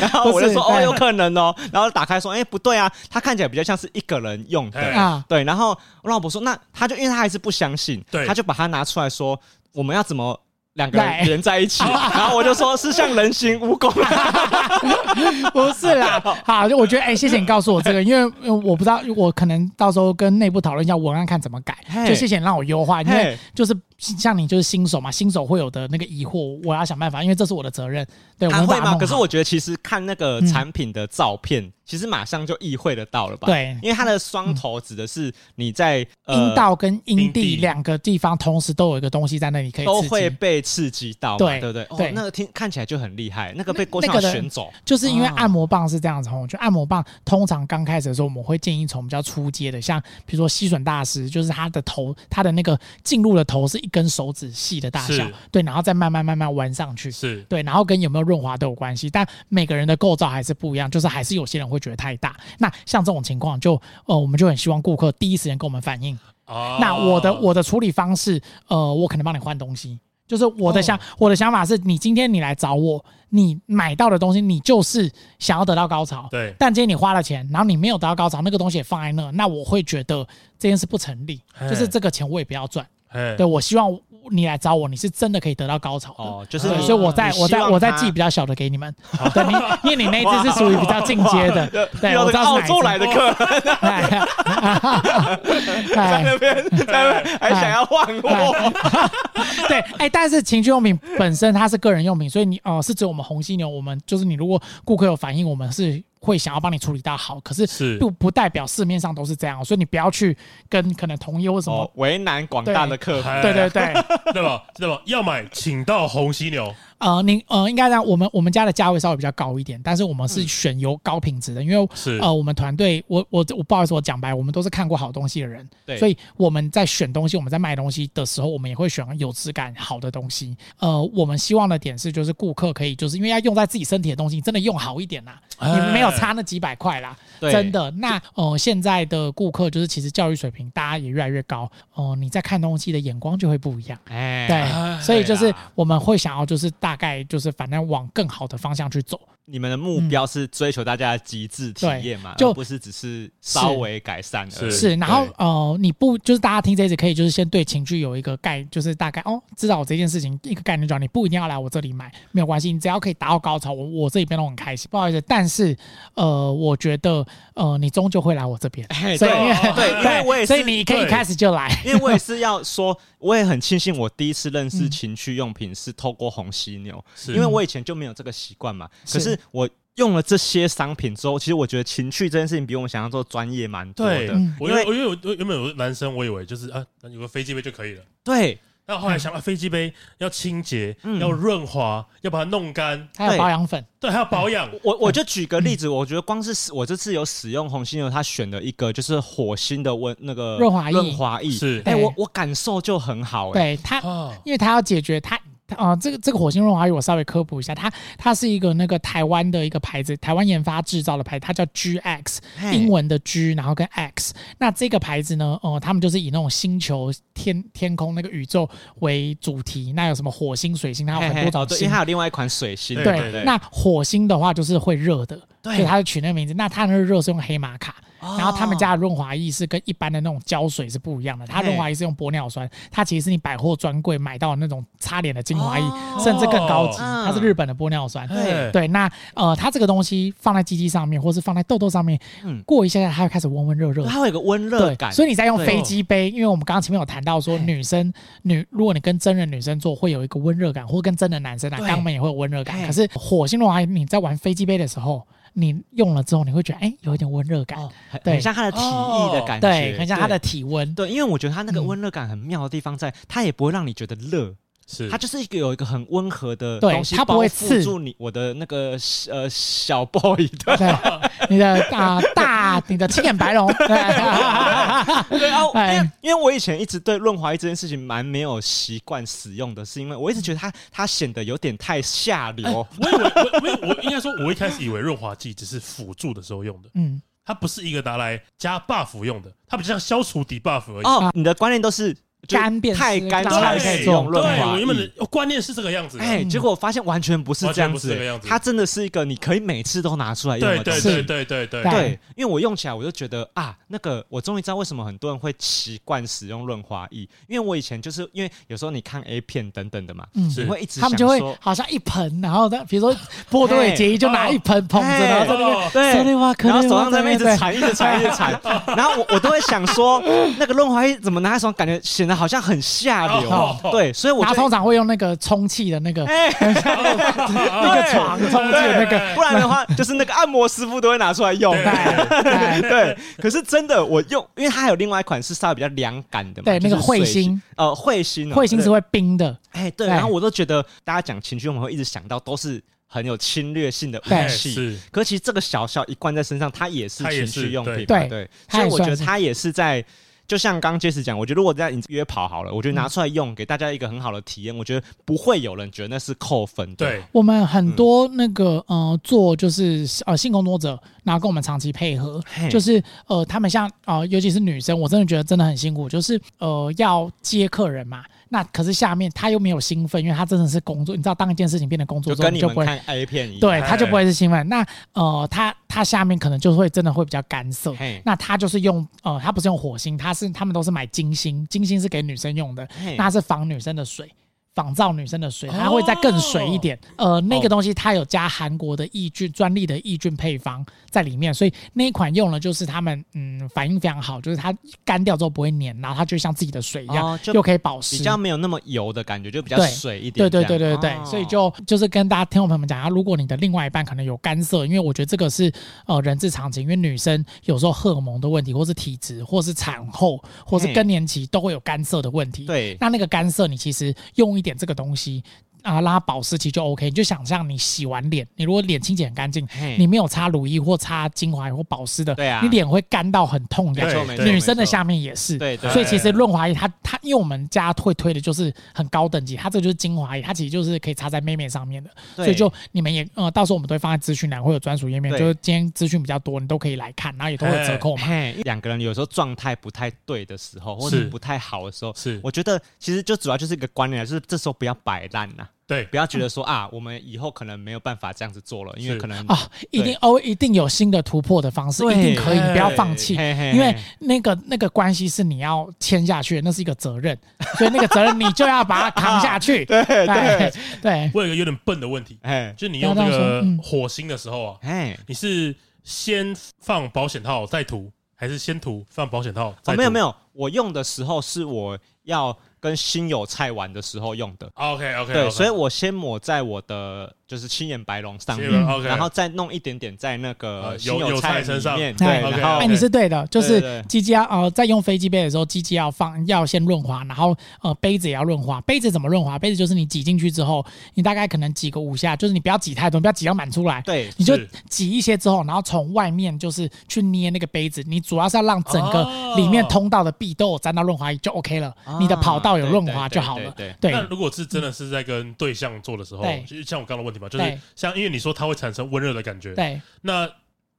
Speaker 2: 然后我就说
Speaker 4: 不是
Speaker 2: 哦
Speaker 4: 对
Speaker 2: 有可能哦，然后打开说哎、不对啊，它看起来比较像是一个人用的，
Speaker 3: 哎
Speaker 4: 啊，
Speaker 2: 对，然后我老婆说那她就因为她还是不相信，
Speaker 3: 对
Speaker 2: 她就把它拿出来说我们要怎么。两个
Speaker 4: 来
Speaker 2: 人连在一 起，然后我就说是像人形蜈蚣，
Speaker 4: 不 是啦，好，就我觉得，哎、谢谢你告诉我这个，因为因为我不知道，我可能到时候跟内部讨论一下文案看怎么改
Speaker 2: 嘿。
Speaker 4: 就谢谢你让我优化，因为
Speaker 2: 嘿
Speaker 4: 就是像你就是新手嘛，新手会有的那个疑惑，我要想办法，因为这是我的责任。对，我
Speaker 2: 她
Speaker 4: 们
Speaker 2: 会
Speaker 4: 把
Speaker 2: 吗？
Speaker 4: 它弄好嗯
Speaker 2: 可是我觉得其实看那个产品的照片，其实马上就意会得到了吧？
Speaker 4: 对
Speaker 2: 因为它的双头指的是你在呃
Speaker 4: 阴道跟阴
Speaker 3: 阴蒂
Speaker 4: 蒂两个地方同时都有一个东西在那里可以
Speaker 2: 都
Speaker 4: 刺
Speaker 2: 会
Speaker 4: 激。
Speaker 2: 被刺激到嘛，
Speaker 4: 对
Speaker 2: 对不对？哦
Speaker 4: 对，
Speaker 2: 那个听看起来就很厉害，那个被
Speaker 4: 那
Speaker 2: 郭
Speaker 4: 那
Speaker 2: 襄
Speaker 4: 个的
Speaker 2: 选走，
Speaker 4: 就是因为
Speaker 3: 啊
Speaker 2: 哦
Speaker 4: 按摩棒是这样子吼，就按摩棒通常刚开始的时候，我们会建议从比较初阶的，像比如说吸吮大师，就是他的头，他的那个进入的头是一根手指细的大小
Speaker 3: 是，
Speaker 4: 对，然后再慢慢慢慢弯上去，
Speaker 3: 是
Speaker 4: 对，然后跟有没有润滑都有关系，但每个人的构造还是不一样，就是还是有些人会觉得太大。那像这种情况就，呃，我们就很希望顾客第一时间跟我们反映。
Speaker 2: 哦
Speaker 3: 啊
Speaker 4: 那我的我的处理方式，呃，我可能帮你换东西。就是我
Speaker 2: 哦
Speaker 4: 的想、我的想法是你今天你来找我，你买到的东西，你就是想要得到高潮。
Speaker 3: 对
Speaker 4: 但今天你花了钱，然后你没有得到高潮，那个东西也放在那，那我会觉得这件事不成立，
Speaker 3: 嘿
Speaker 4: 就是这个钱我也不要赚。
Speaker 3: 哎
Speaker 4: 对我希望你来找我，你是真的可以得到高潮的。
Speaker 2: 哦，就是
Speaker 4: 对，
Speaker 2: 你
Speaker 4: 所以我在
Speaker 2: 你
Speaker 4: 我
Speaker 2: 希
Speaker 4: 在
Speaker 2: 望
Speaker 4: 我在
Speaker 2: 他哦
Speaker 4: 寄比较小的给你们，对，你因为你那一只是属于比较进阶 的，对，
Speaker 2: 遇到这
Speaker 4: 我知
Speaker 2: 个
Speaker 4: 道
Speaker 2: 澳
Speaker 4: 是哪一
Speaker 2: 洲来
Speaker 4: 只。
Speaker 2: 的客人
Speaker 4: 哎
Speaker 2: 在
Speaker 4: 哎
Speaker 2: 那边，在那边还想要换货，
Speaker 4: 对，哎，但是情趣用品本身它是个人用品，所以你哦、呃是指我们红犀牛，我们就是你如果顾客有反应，我们是会想要帮你处理到好，可
Speaker 3: 是
Speaker 4: 是不不代表市面上都是这样，哦所以你不要去跟可能同业或什么
Speaker 2: 哦，，为难广大的客
Speaker 3: 对
Speaker 2: 人，
Speaker 4: 对对对，
Speaker 3: 那么那么要买，请到红犀牛。
Speaker 4: 呃，您呃，应该让我们我们家的价位稍微比较高一点，但是我们是选有高品质的，因为
Speaker 3: 是
Speaker 4: 呃，我们团队我我我不好意思，我讲白，我们都是看过好东西的人，
Speaker 2: 对
Speaker 4: 所以我们在选东西，我们在卖东西的时候，我们也会选有质感好的东西。呃，我们希望的点是，就是顾客可以，就是因为要用在自己身体的东西，真的用好一点啦，
Speaker 3: 哎
Speaker 4: 你没有差那几百块啦，
Speaker 2: 对
Speaker 4: 真的。那呃，现在的顾客就是其实教育水平大家也越来越高，哦、你在看东西的眼光就会不一样。
Speaker 2: 哎，
Speaker 4: 对，所以就是
Speaker 3: 啦
Speaker 4: 我们会想要，就是大概就是反正往更好的方向去走。
Speaker 2: 你们的目标是追求大家的极致体验嘛，
Speaker 4: 嗯对就
Speaker 2: 而不是只是稍微改善而已，
Speaker 3: 是
Speaker 4: 是，然后
Speaker 3: 对
Speaker 4: 呃，你不就是大家听这一集可以就是先对情绪有一个概，就是大概哦，知道我这件事情一个概念就好，你不一定要来我这里买，没有关系，你只要可以达到高潮，我我这里边都很开心。不好意思，但是呃，我觉得呃，你终究会来我这边，
Speaker 2: 哎
Speaker 4: 所以因为
Speaker 2: 对对，因为我也是
Speaker 4: 所以你可以一
Speaker 3: 对
Speaker 4: 开始就来，
Speaker 2: 因为我也是要 说，我也很庆幸我第一次认
Speaker 4: 嗯
Speaker 2: 识情趣用品是透过红犀牛，
Speaker 3: 是
Speaker 2: 因为我以前就没有这个习惯嘛。
Speaker 4: 是
Speaker 2: 可是我用了这些商品之后，其实我觉得情趣这件事情比我们想象中专业蛮多
Speaker 3: 对
Speaker 2: 的。
Speaker 4: 嗯
Speaker 3: 我
Speaker 2: 因
Speaker 3: 因
Speaker 2: 为
Speaker 3: 为我因为我我原本有男生，我以为就是啊，那有个飞机杯就可以了。
Speaker 2: 对
Speaker 3: 那后来想到啊飞机杯要清洁
Speaker 2: 嗯，
Speaker 3: 要润滑，要把它弄干，
Speaker 4: 还有
Speaker 2: 对
Speaker 4: 保养粉，
Speaker 3: 对，还要保养。
Speaker 2: 我，我就举个例子，我觉得光是使我这次有使用红犀牛，它选的一个就是火星的温那个
Speaker 4: 润滑液
Speaker 2: 润滑液，
Speaker 3: 是
Speaker 2: 哎，
Speaker 4: 对
Speaker 2: 我我感受就很好，哎，
Speaker 4: 对它
Speaker 3: 啊，
Speaker 4: 因为它要解决它。它呃，这个这个火星润滑液我稍微科普一下，它它是一个那个台湾的一个牌子，台湾研发制造的牌子，它叫 GX，
Speaker 2: 嘿
Speaker 4: 英文的 G，然后跟 X。那这个牌子呢，呃，他们就是以那种星球天天空那个宇宙为主题，那有什么火星、水星，它有
Speaker 2: 嘿
Speaker 4: 很
Speaker 2: 嘿
Speaker 4: 多
Speaker 2: 哦
Speaker 4: 种
Speaker 2: 对，
Speaker 4: 星。
Speaker 2: 因为它有另外一款水星，
Speaker 3: 对
Speaker 4: 对
Speaker 2: 对，
Speaker 4: 那火星的话就是会热的，
Speaker 2: 对
Speaker 4: 所以它就取那个名字。那它那个热是用黑玛卡，
Speaker 2: 哦
Speaker 4: 然后他们家的润滑液是跟一般的那种胶水是不一样的，它
Speaker 2: 嘿
Speaker 4: 润滑液是用玻尿酸，它其实是你百货专柜买到的那种擦脸的精华液，
Speaker 2: 哦
Speaker 4: 甚至更高级，
Speaker 2: 嗯
Speaker 4: 它是日本的玻尿酸。
Speaker 2: 对
Speaker 3: 哎，
Speaker 4: 对，那呃，它这个东西放在鸡鸡上面，或是放在痘痘上面，
Speaker 2: 嗯
Speaker 4: 过一下下它会开始温温热热的
Speaker 2: 它。会有一个温热
Speaker 4: 对，
Speaker 2: 感，
Speaker 4: 所以你在用
Speaker 2: 对
Speaker 4: 飞机杯，因为我们刚刚前面有谈到说，
Speaker 2: 嘿
Speaker 4: 女生女，如果你跟真人女生做，会有一个温热感，或跟真的男生啊，
Speaker 2: 对
Speaker 4: 肛门也会有温热感。
Speaker 2: 嘿
Speaker 4: 可是火星润滑液，你在玩飞机杯的时候，你用了之后，你会觉得哎、有一点温热感，
Speaker 2: 哦很
Speaker 4: 对哦
Speaker 2: 很像它的体液的感觉，
Speaker 4: 对，很像它的
Speaker 2: 对。
Speaker 4: 体温。
Speaker 2: 对，因为我觉得它那个
Speaker 4: 嗯
Speaker 2: 温热感很妙的地方在，它也不会让你觉得热，
Speaker 3: 是
Speaker 2: 它就是一个有一个很温和的
Speaker 4: 对
Speaker 2: 东西，
Speaker 4: 它不会
Speaker 2: 包覆
Speaker 4: 刺
Speaker 2: 住你我的那个呃 小 boy 的。
Speaker 4: 对，你的啊、大，你的青眼白龙，对，
Speaker 2: 对啊，我因为
Speaker 4: 哎
Speaker 2: 因为我以前一直对润滑液这件事情蛮没有习惯使用的，是因为我一直觉得它它显得有点太下
Speaker 4: 啊
Speaker 2: 流。
Speaker 3: 我以为我我我应该说，我一开始以为润滑剂只是辅助的时候用的，
Speaker 4: 嗯，
Speaker 3: 它不是一个拿来加 buff 用的，它比较像消除 debuff 而已。
Speaker 2: 哦，你的观念都是就是
Speaker 4: 干变
Speaker 2: 太
Speaker 4: 湿
Speaker 2: 干
Speaker 4: 当
Speaker 2: 才
Speaker 4: 然
Speaker 2: 使
Speaker 4: 可以
Speaker 2: 用
Speaker 4: 做
Speaker 2: 润
Speaker 3: 对，
Speaker 2: 滑
Speaker 3: 我原本
Speaker 2: 液。
Speaker 3: 的观念是这个样子的。
Speaker 4: 嗯
Speaker 2: 哎，结果我发现完全不是
Speaker 3: 啊完
Speaker 2: 这
Speaker 3: 全
Speaker 2: 样
Speaker 3: 不是
Speaker 2: 子
Speaker 3: 这个
Speaker 2: 欸
Speaker 3: 样，子
Speaker 2: 它真的是一个你可以每次都拿出来用
Speaker 3: 对
Speaker 2: 的东
Speaker 3: 对
Speaker 2: 西。
Speaker 3: 对
Speaker 4: 是
Speaker 3: 对对对
Speaker 4: 对
Speaker 2: 对，因为我用起来我就觉得啊，那个我终于知道为什么很多人会习惯使用润滑液，因为我以前就是因为有时候你看 A 片等等的嘛，
Speaker 4: 嗯
Speaker 2: 你会一直
Speaker 4: 他们就
Speaker 2: 想
Speaker 4: 会
Speaker 2: 说
Speaker 4: 好像一盆，然后呢，比如说波多野结衣就拿一盆捧着，
Speaker 2: 哎
Speaker 4: 然后在那边
Speaker 3: 哦
Speaker 4: 说
Speaker 2: 对
Speaker 4: 那。话，可
Speaker 2: 然后
Speaker 4: 能
Speaker 2: 手上在那边一直
Speaker 4: 对
Speaker 2: 缠，一直缠，一直缠。然后我我都会想 说，那个润滑液怎么拿在手上，感觉显得好像很下流
Speaker 3: 哦。
Speaker 2: 对，所以我
Speaker 4: 然后
Speaker 2: 就
Speaker 4: 通常会用那个充气的那个
Speaker 2: 哎，
Speaker 4: 那个床充气的那个，
Speaker 2: 不然的话，就是那个按摩师傅都会拿出来用。
Speaker 4: 对对
Speaker 2: 对，可是真的我用，因为它还有另外一款是稍微比较凉感的嘛，
Speaker 4: 对，那
Speaker 2: 就
Speaker 4: 个
Speaker 2: 是
Speaker 4: 彗
Speaker 2: 水性
Speaker 4: 星，
Speaker 2: 呃，彗星、哦，
Speaker 4: 彗星是会冰的，
Speaker 2: 对，哎，对，
Speaker 4: 对
Speaker 2: 然后我都觉得大家讲情绪，我们会一直想到都是很有侵略性的
Speaker 4: 对
Speaker 2: 武器，
Speaker 3: 是
Speaker 2: 可其实这个小小一罐在身上，它也是
Speaker 3: 它也
Speaker 2: 情
Speaker 3: 是
Speaker 2: 绪用品嘛，
Speaker 4: 对
Speaker 2: 对，
Speaker 4: 它
Speaker 2: 所以
Speaker 4: 也
Speaker 2: 我觉得
Speaker 4: 算是
Speaker 2: 它也是在。就像刚杰斯讲，我觉得如果在你约跑好了，我觉得拿出来用，给大家一个很好的体验，我觉得不会有人觉得那是扣分的。
Speaker 3: 对，
Speaker 4: 我们很多那个、呃做就是呃性工作者，然后跟我们长期配合
Speaker 2: 嘿，
Speaker 4: 就是呃他们像呃尤其是女生，我真的觉得真的很辛苦，就是呃要接客人嘛，那可是下面他又没有兴奋，因为他真的是工作，你知道当一件事情变成工作
Speaker 2: 就
Speaker 4: 之后，
Speaker 2: 跟
Speaker 4: 你
Speaker 2: 你
Speaker 4: 就
Speaker 2: 们
Speaker 4: 不会
Speaker 2: 看 A 片一样。
Speaker 4: 对，他就不会是兴奋。那呃，他他下面可能就会真的会比较干涩
Speaker 2: 嘿。
Speaker 4: 那他就是用呃，他不是用火星，他是他们都是买金星，金星是给女生用的
Speaker 2: 嘿，
Speaker 4: 那它是仿女生的水。仿造女生的水，
Speaker 3: 哦
Speaker 4: 它会再更水一点。呃，那个东西它有加韩国的抑菌专利的抑菌配方在里面，所以那一款用了就是他们嗯反应非常好，就是它干掉之后不会粘，然后它就像自己的水一样，
Speaker 2: 哦就
Speaker 4: 又可以保湿，
Speaker 2: 比较没有那么油的感觉，就比较
Speaker 4: 对
Speaker 2: 水一点
Speaker 4: 对
Speaker 2: 这样。
Speaker 4: 对对对对，
Speaker 2: 哦
Speaker 4: 所以就就是跟大家听众朋友们讲啊，如果你的另外一半可能有干涉，因为我觉得这个是呃人之常情，因为女生有时候荷尔蒙的问题，或是体质，或是产后，或是更年期都会有干涉的问题。，
Speaker 2: 对
Speaker 4: 那那个干涉你其实用一点这个东西啊，让它保湿其实就 OK。你就想象你洗完脸，你如果脸清洁很干净
Speaker 2: 嘿，
Speaker 4: 你没有擦乳液或擦精华或保湿的，
Speaker 2: 对啊
Speaker 4: 你脸会干到很痛
Speaker 2: 没
Speaker 4: 的。
Speaker 2: 错没
Speaker 3: 对
Speaker 2: 错，
Speaker 4: 女生的啊
Speaker 2: 没错
Speaker 4: 下面也是，
Speaker 2: 对对
Speaker 4: 所以其实润滑液它它，因为我们家会推的就是很高等级，它这个就是精华液，它其实就是可以擦在妹妹上面的，
Speaker 2: 对
Speaker 4: 所以就你们也呃，到时候我们都会放在资讯栏会有专属页面，
Speaker 2: 对哎
Speaker 4: 就是今天资讯比较多，你都可以来看，然后也都会有折扣嘛。
Speaker 2: 嘿，两个人有时候状态不太对的时候，或
Speaker 3: 是
Speaker 2: 者不太好的时候，
Speaker 3: 是
Speaker 2: 我觉得其实就主要就是一个观念啊，就是这时候不要摆烂呐，
Speaker 3: 对
Speaker 2: 不要觉得说啊，我们以后可能没有办法这样子做了，因为
Speaker 3: 是
Speaker 2: 可能
Speaker 4: 嗯啊，一定哦，一定有新的突破的方式，
Speaker 2: 对哎
Speaker 4: 一定可以，
Speaker 3: 嘿
Speaker 4: 你不要放弃，
Speaker 2: 嘿嘿嘿
Speaker 4: 因为那个那个关系是你要签下去的，那是一个责任，所以那个责任你就要把它扛下去。 对 对对，
Speaker 3: 我有一个有点笨的问题，
Speaker 2: 哎
Speaker 3: 就是你用这个火星的时候啊，
Speaker 2: 哎，
Speaker 3: 你是先放保险套再涂，还是先涂放保险套再
Speaker 2: 哦
Speaker 3: 涂？
Speaker 2: 没有没有，我用的时候是我要跟新友菜玩的时候用的。
Speaker 3: ，OK OK，
Speaker 2: 对，所以我先抹在我的就是青眼白龙上面，
Speaker 3: 青眼，OK
Speaker 2: 然后再弄一点点在那个
Speaker 3: 呃
Speaker 2: 新
Speaker 3: 油
Speaker 2: 友
Speaker 3: 油菜
Speaker 2: 菜
Speaker 3: 身
Speaker 2: 里
Speaker 3: 上
Speaker 2: 面
Speaker 4: 哎
Speaker 2: 对，
Speaker 3: ，OK，
Speaker 2: 然后
Speaker 4: 哎，你是对的，就
Speaker 2: 哦对对
Speaker 4: 是
Speaker 2: 对
Speaker 4: 鸡鸡要呃，在用飞机杯的时候，鸡鸡要放要先润滑，然后呃杯子也要润滑。杯子怎么润滑？杯子就是你挤进去之后，你大概可能挤个五下，就是你不要挤太多，你不要挤到满出来，
Speaker 2: 对
Speaker 4: 你就是挤一些之后，然后从外面就是去捏那个杯子，你主要是要让整
Speaker 3: 哦
Speaker 4: 个里面通道的壁都有沾到润滑液就 OK 了，你的跑道有润滑就好
Speaker 2: 啊
Speaker 4: 了
Speaker 2: 对对对对对。
Speaker 4: 对
Speaker 3: 那如果是真的是在跟对象做的时候
Speaker 4: 对，
Speaker 3: 就像我刚刚的问题嘛，就是
Speaker 4: 对
Speaker 3: 像因为你说它会产生温热的感觉，
Speaker 4: 对，
Speaker 3: 那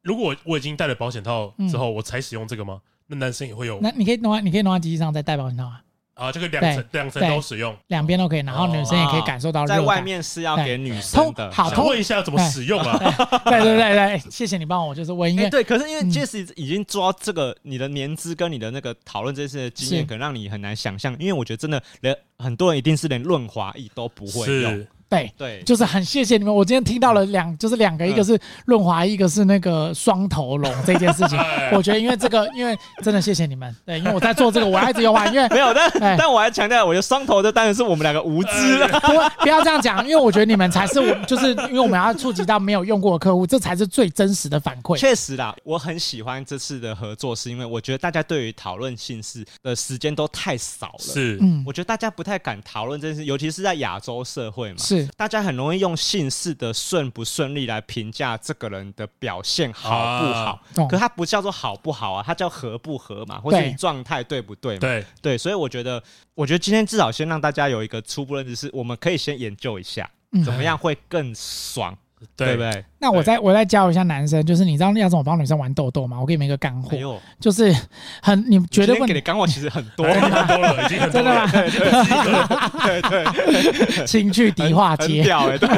Speaker 3: 如果我我已经戴了保险套之后，我才使用这个吗？那男生也会有
Speaker 4: 那你可以弄在你可以弄在机器上再戴保险套啊，
Speaker 3: 啊，这个两层两层都使用。
Speaker 4: 两边都可以，然后女生也可以感受到热
Speaker 2: 在
Speaker 4: 感。
Speaker 2: 外面是要
Speaker 4: 哦对
Speaker 2: 给女生
Speaker 4: 通
Speaker 2: 的。
Speaker 4: 好
Speaker 3: 想
Speaker 4: 通
Speaker 3: 问一下怎么使用啊？
Speaker 4: 对对对对，谢谢你帮我就是问，因
Speaker 2: 哎、
Speaker 4: 为
Speaker 2: 对，可是因为
Speaker 4: 嗯
Speaker 2: Jess 已经抓这个你的年资跟你的那个讨论这些的经验，
Speaker 4: 是
Speaker 2: 可能让你很难想象，因为我觉得真的连很多人一定是连润滑液都不会用，
Speaker 3: 是
Speaker 4: 对。
Speaker 2: 对，
Speaker 4: 就是很谢谢你们，我今天听到了两，就是两个，
Speaker 2: 嗯
Speaker 4: 一个是润滑，一个是那个双头龙这件事 情
Speaker 3: 哎。
Speaker 4: 我觉得因为这个，因为真的谢谢你们，对，因为我在做这个，我要一直优化，因为
Speaker 2: 没有，但、
Speaker 4: 哎
Speaker 2: 但我还强调，我觉得双头的当然是我们两个无知
Speaker 3: 哎
Speaker 2: 了，
Speaker 4: 不会不要这样讲，因为我觉得你们才是我，就是因为我们要触及到没有用过的客户，这才是最真实的反 馈。
Speaker 2: 确实啦，我很喜欢这次的合作，是因为我觉得大家对于讨论性事的时间都太少了。
Speaker 3: 是
Speaker 4: 嗯，
Speaker 2: 我觉得大家不太敢讨论这件事，尤其是在亚洲社会嘛。
Speaker 4: 是是
Speaker 2: 大家很容易用姓氏的顺不顺利来评价这个人的表现好不好，
Speaker 4: 懂
Speaker 2: 可它不叫做好不好啊，它叫合不合嘛，或者
Speaker 4: 啊对
Speaker 2: 你状态对不对嘛。
Speaker 3: 对，
Speaker 2: 对，所以我觉得，我觉得今天至少先让大家有一个初步认知，是我们可以先研究一下，
Speaker 4: 嗯
Speaker 2: 怎么样会更爽，对不
Speaker 3: 对，
Speaker 2: 对？
Speaker 4: 那我再我再教一下男生，就是你知道要怎么帮女生玩豆豆吗？我给你们一个干货
Speaker 2: 哎，呦，
Speaker 4: 就是很你
Speaker 2: 今
Speaker 4: 绝对
Speaker 2: 天
Speaker 4: 不
Speaker 2: 给
Speaker 4: 能
Speaker 2: 你干货其实很多
Speaker 3: 对，，已经很多了，已经很多
Speaker 4: 真的
Speaker 3: 了
Speaker 4: 吗，
Speaker 2: 对对，
Speaker 4: 情趣迪化
Speaker 2: 很很
Speaker 4: 街，
Speaker 2: 屌 哎，对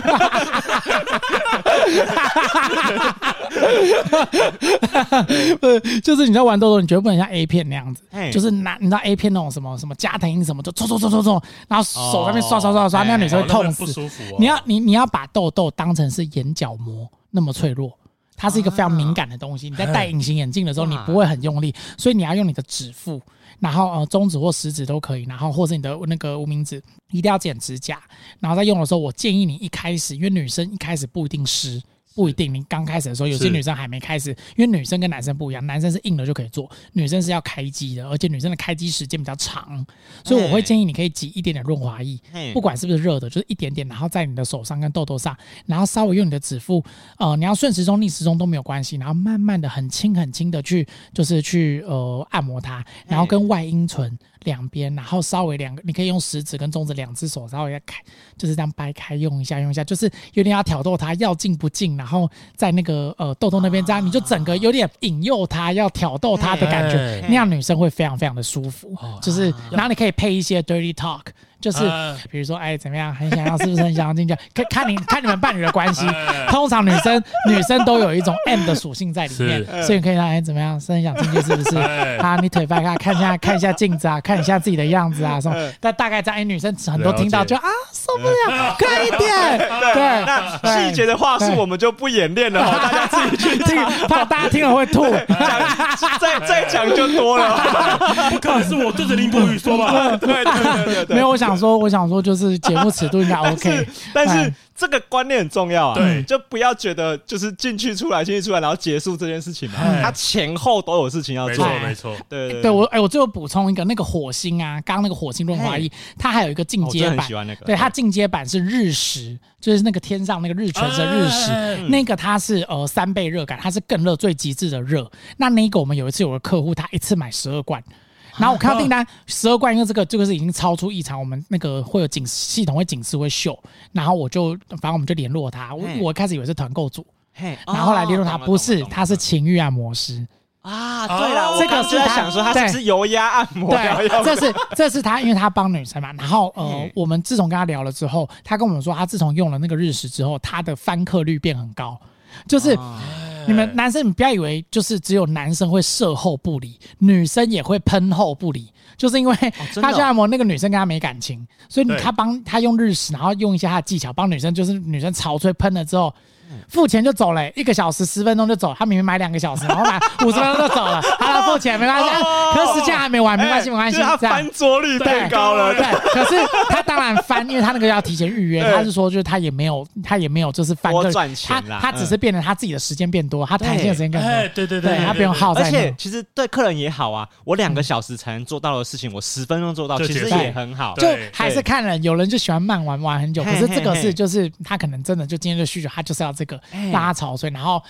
Speaker 4: 不是就是你在玩豆豆，你绝对不能像 A 片那样子，
Speaker 2: 哎
Speaker 4: 就是拿你知道 A 片那种什么什么加藤鹰什么，就搓搓搓搓搓，然后手在那边刷刷刷刷，
Speaker 2: 哦
Speaker 4: 那样女生
Speaker 3: 哦
Speaker 4: 会
Speaker 3: 那
Speaker 4: 痛
Speaker 3: 会不
Speaker 4: 死。
Speaker 3: 舒服哦。
Speaker 4: 你要你你要把痘痘当成是眼角膜那么脆弱，它是一个非常敏感的东西。你在戴隐形眼镜的时候，
Speaker 2: 啊哇
Speaker 4: 你不会很用力，所以你要用你的指腹，然后呃中指或食指都可以，然后或者你的那个无名指，一定要剪指甲。然后在用的时候，我建议你一开始，因为女生一开始不一定湿。不一定，你刚开始的时候，有些
Speaker 3: 是
Speaker 4: 女生还没开始，因为女生跟男生不一样，男生是硬的就可以做，女生是要开机的，而且女生的开机时间比较长，所以我会
Speaker 2: 哎
Speaker 4: 建议你可以挤一点点润滑液，
Speaker 2: 嘿
Speaker 4: 不管是不是热的，就是一点点，然后在你的手上跟痘痘上，然后稍微用你的指腹，呃，你要顺时钟、逆时钟都没有关系，然后慢慢的、很轻、很轻的去，就是去呃按摩它，然后跟外阴唇两边，然后稍微两个，你可以用食指跟中指两只手稍微要开，就是这样掰开用一下，用一下，就是有点要挑逗它，要进不进，然后在那个呃痘痘那边这样，你就整个有点引诱它要挑逗它的感觉，
Speaker 3: 哎
Speaker 4: 那样女生会非常非常的舒服，
Speaker 2: 哦啊
Speaker 4: 就是然后你可以配一些 dirty talk，就是
Speaker 2: 嗯
Speaker 3: 啊
Speaker 4: 比如说哎怎么样，很想要是不是很想要 进去？看看你看你们伴侣的关系
Speaker 2: 嗯
Speaker 3: 哎，
Speaker 4: 通常女生女生都有一种 M 的属性在里面，
Speaker 2: 嗯
Speaker 4: 所以你可以让哎怎么样，是很想进去是 不是？
Speaker 3: 哎
Speaker 4: 啊，你腿掰开看一下看一下镜子啊，看一下自己的样子啊什么，
Speaker 2: 嗯
Speaker 4: 但大概这样，哎女生很多听到
Speaker 3: 了解
Speaker 4: 就啊受不了，快一点， 对，
Speaker 2: 那细节 的话术我们就不演练了哦，大家自己去
Speaker 4: 对这个怕大家听了会 吐。
Speaker 2: 讲，再再讲就多了 哦。
Speaker 3: 不可能是我对着林博宇说吧？
Speaker 2: 对对对对 对
Speaker 4: 没。有，我想说，我想说，就是节目尺 度应该 OK，
Speaker 2: 但是
Speaker 4: 哎
Speaker 2: 这个观念很重要啊，
Speaker 3: 对
Speaker 2: 就不要觉得就是进去出来进去出来，然后结束这件事情嘛
Speaker 3: 哎，
Speaker 2: 他前后都有事情要
Speaker 3: 没
Speaker 2: 做
Speaker 3: 错，
Speaker 4: 哎，
Speaker 3: 没错，
Speaker 2: 对对
Speaker 4: 对我，哎、我最后补充一个，那个火星啊，刚刚那个火星润滑液，它还有一个进
Speaker 2: 哦我真
Speaker 4: 阶
Speaker 2: 的很
Speaker 4: 版
Speaker 2: 喜，欢那个，嗯
Speaker 4: 对，它进阶版是日食，就是那个天上那个日全食的日
Speaker 2: 啊
Speaker 4: 食，
Speaker 3: 哎
Speaker 2: 嗯
Speaker 4: 那个它是呃三倍热感，它是更热最极致的热。那那个我们有一次有个客户，他一次买十二罐。
Speaker 2: 啊
Speaker 4: 然后我
Speaker 2: 嗯
Speaker 4: 看到订单十二罐，因为这个这个是已经超出异常，我们那个会有警示系统会警示会秀，然后我就反正我们就联络他，我
Speaker 2: 嘿
Speaker 4: 我一开始以为是团购组，
Speaker 2: 嘿，
Speaker 4: 然后后来联络他
Speaker 2: 哦
Speaker 4: 不是，他是
Speaker 2: 懂了懂了懂了
Speaker 4: 情欲按摩师，
Speaker 2: 啊，
Speaker 3: 哦
Speaker 2: 对了，我
Speaker 4: 这个
Speaker 2: 刚
Speaker 4: 是
Speaker 2: 就在
Speaker 4: 他
Speaker 2: 想说他是不是油压按摩疗
Speaker 4: 对，
Speaker 2: 药，
Speaker 4: 这是这是他，因为他帮女生嘛。然后呃
Speaker 2: 嗯，
Speaker 4: 我们自从跟他聊了之后，他跟我们说，他自从用了那个日食之后，他的翻客率变很高。就是
Speaker 2: 啊
Speaker 4: 你们男生，你不要以为就是只有男生会射后不理，女生也会喷后不理，就是因为
Speaker 2: 真的哦
Speaker 4: 他去按摩那个女生跟他没感情，所以你
Speaker 3: 对
Speaker 4: 他帮他用日食，然后用一下他的技巧帮女生，就是女生潮吹喷了之后。
Speaker 2: 嗯
Speaker 4: 付钱就走了、欸一个小时十分钟就走。他明明买两个小时，然后买五十分钟就走了。好了，付钱没关系，
Speaker 2: 哦
Speaker 4: 啊可是时间还没完，没关系，
Speaker 2: 哎
Speaker 4: 没关系，
Speaker 2: 就是他
Speaker 4: 这样。
Speaker 2: 翻桌率太高了，
Speaker 4: 对，可是他当然翻，因为他那个要提前预约，
Speaker 2: 对
Speaker 4: 他是说就是他也没有，他也没有就是翻
Speaker 2: 多
Speaker 4: 对
Speaker 2: 赚钱
Speaker 4: 他
Speaker 2: 啦嗯
Speaker 4: 他只是变得他自己的时间变多，他弹性的时间更多，
Speaker 3: 哎，对对
Speaker 4: 对他不用耗
Speaker 2: 而
Speaker 4: 在
Speaker 2: 且
Speaker 4: 那。
Speaker 2: 其实对客人也好啊，我两个小时才能做到的事情，我十分钟做到，
Speaker 3: 就
Speaker 2: 其实
Speaker 3: 结束
Speaker 2: 也很好。
Speaker 4: 就
Speaker 3: 对
Speaker 4: 还是看人，有人就喜欢慢玩玩很久，
Speaker 2: 嘿
Speaker 4: 可是这个
Speaker 2: 嘿嘿
Speaker 4: 是就是他可能真的就今天的需求，他就是要这个
Speaker 2: 哎
Speaker 4: 让他潮水，然后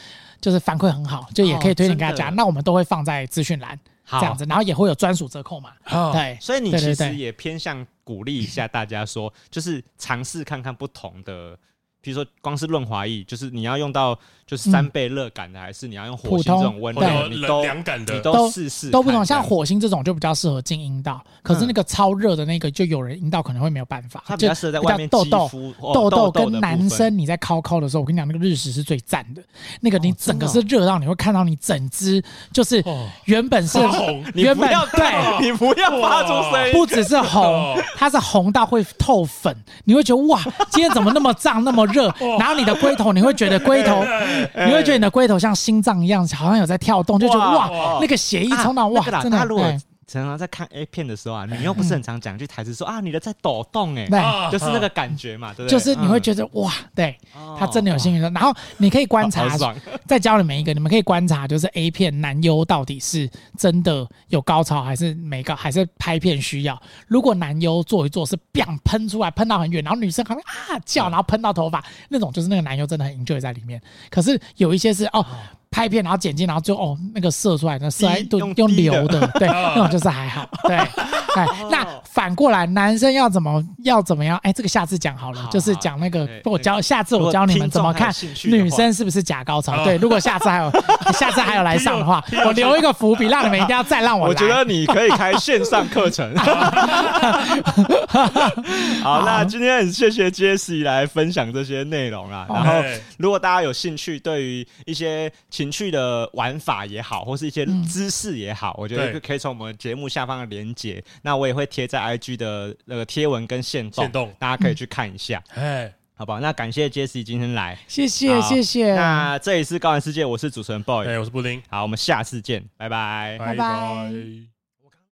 Speaker 4: 就是反馈很好，就也可以推荐给大
Speaker 2: 哦真
Speaker 4: 家。
Speaker 2: 的
Speaker 4: 那我们都会放在资讯栏这
Speaker 2: 好哦
Speaker 4: 样子，然后也会有专属折扣嘛。
Speaker 3: 好
Speaker 4: 对，
Speaker 2: 所以你
Speaker 4: 对对
Speaker 2: 其
Speaker 4: 对
Speaker 2: 实嗯也偏向鼓励一下大家说，就是尝试看看不同的，比如说光是润滑液，就是你要用到就是三倍热感的，还是你要用火
Speaker 4: 普
Speaker 2: 星
Speaker 4: 通
Speaker 2: 这种温
Speaker 3: 或者
Speaker 2: 的，
Speaker 3: 有
Speaker 2: 你
Speaker 3: 冷
Speaker 2: 都
Speaker 3: 凉感
Speaker 2: 你
Speaker 3: 的，
Speaker 2: 都试试
Speaker 4: 都不
Speaker 2: 看
Speaker 4: 同，
Speaker 2: 这样嗯
Speaker 4: 像火星这种就比较适合进阴道，可是那个超热的那个就有人阴道可能会没有办法，
Speaker 2: 它比
Speaker 4: 就
Speaker 2: 较适合在外面
Speaker 4: 比较
Speaker 2: 肌
Speaker 4: 痘
Speaker 2: 肤
Speaker 4: 痘
Speaker 2: 哦
Speaker 4: 痘
Speaker 2: 痘的部
Speaker 4: 跟
Speaker 2: 分
Speaker 4: 男生你在敲敲的时候，我跟你讲那个日食是最赞的，那个
Speaker 2: 哦
Speaker 4: 你整个是热到你会看到你整只就是
Speaker 3: 哦
Speaker 4: 原本是
Speaker 3: 发红
Speaker 2: 你
Speaker 4: 原
Speaker 2: 不
Speaker 4: 本
Speaker 2: 要
Speaker 4: 对。
Speaker 2: 你不要发出声音，啊
Speaker 4: 不只是红
Speaker 2: 哎
Speaker 3: 哦，
Speaker 4: 它是红到会透粉，你会觉得哇，今天怎么那么胀那么热？然后你的龟头，你会觉得龟头，
Speaker 2: 哎
Speaker 4: 你会觉得你的龟头像心脏一样，好像有在跳动，就觉得
Speaker 2: 哇
Speaker 4: 哇，那个血液冲到哇
Speaker 2: 啊那个，啦
Speaker 4: 真
Speaker 2: 大家
Speaker 4: 的
Speaker 2: 如
Speaker 4: 哎
Speaker 2: 果
Speaker 4: 对
Speaker 2: 常常在看 A 片的时候啊，你又不是很常讲一句台词说啊，你的在抖动哎、
Speaker 4: 对，
Speaker 3: 啊
Speaker 2: 就是那个感觉嘛，对不对？
Speaker 4: 就是你会觉得哇，对
Speaker 2: 嗯
Speaker 4: 他真的有兴趣的。然后你可以观察
Speaker 2: 好好，爽
Speaker 4: 再教你们一个，你们可以观察，就是 A 片男优到底是真的有高潮，还是没高，还是拍片需要。如果男优做一做是 biang 喷出来，喷到很远，然后女生可能啊叫，然后喷到头发那种，就是那个男优真的很 enjoy 在里面。可是有一些是
Speaker 2: 嗯
Speaker 4: 哦。拍片，然后剪辑，然后就哦，那个射出来，那射
Speaker 2: 滴
Speaker 4: 都
Speaker 2: 用
Speaker 4: 用
Speaker 2: 滴的哦
Speaker 4: 流 的，对，那种就是还好，对。哎，那反过来，男生要怎么要怎么样？哎，这个下次讲好了，
Speaker 2: 好
Speaker 4: 就是
Speaker 2: 好
Speaker 4: 讲那个
Speaker 2: 对，
Speaker 4: 我
Speaker 2: 对
Speaker 4: 教下次
Speaker 2: 如
Speaker 4: 我
Speaker 2: 果
Speaker 4: 教你们
Speaker 2: 听
Speaker 4: 怎
Speaker 2: 众
Speaker 4: 么
Speaker 2: 还有
Speaker 4: 看
Speaker 2: 兴趣的
Speaker 4: 女
Speaker 2: 话
Speaker 4: 生是不是假高潮。
Speaker 3: 哦
Speaker 4: 对，如果下次 还有下次还有来上的话
Speaker 3: 听友，
Speaker 4: 我留一个伏笔，让你们一定要再让
Speaker 2: 我
Speaker 4: 来。
Speaker 2: 觉得你可以开线上课 程。好，那今天很谢谢 Jesse 来分享这些内容啦。然后，
Speaker 3: 哎
Speaker 2: 如果大家有兴趣，对于一些情趣的玩法也好，或是一些姿势也好，我觉得
Speaker 3: 对
Speaker 2: 可以从我们节目下方的连接，那我也会贴在 IG 的那个贴文跟线动，
Speaker 3: 限动
Speaker 2: 大家可以去看一下，
Speaker 3: 哎，
Speaker 2: 好不好？那感谢 Jesse 今天来，
Speaker 4: 谢谢
Speaker 2: 好
Speaker 4: 谢谢，
Speaker 2: 那这里是高玩世界，我是主持人 Boy，
Speaker 3: 哎，我是布丁，
Speaker 2: 好，我们下次见，拜拜。
Speaker 4: 拜拜
Speaker 3: 拜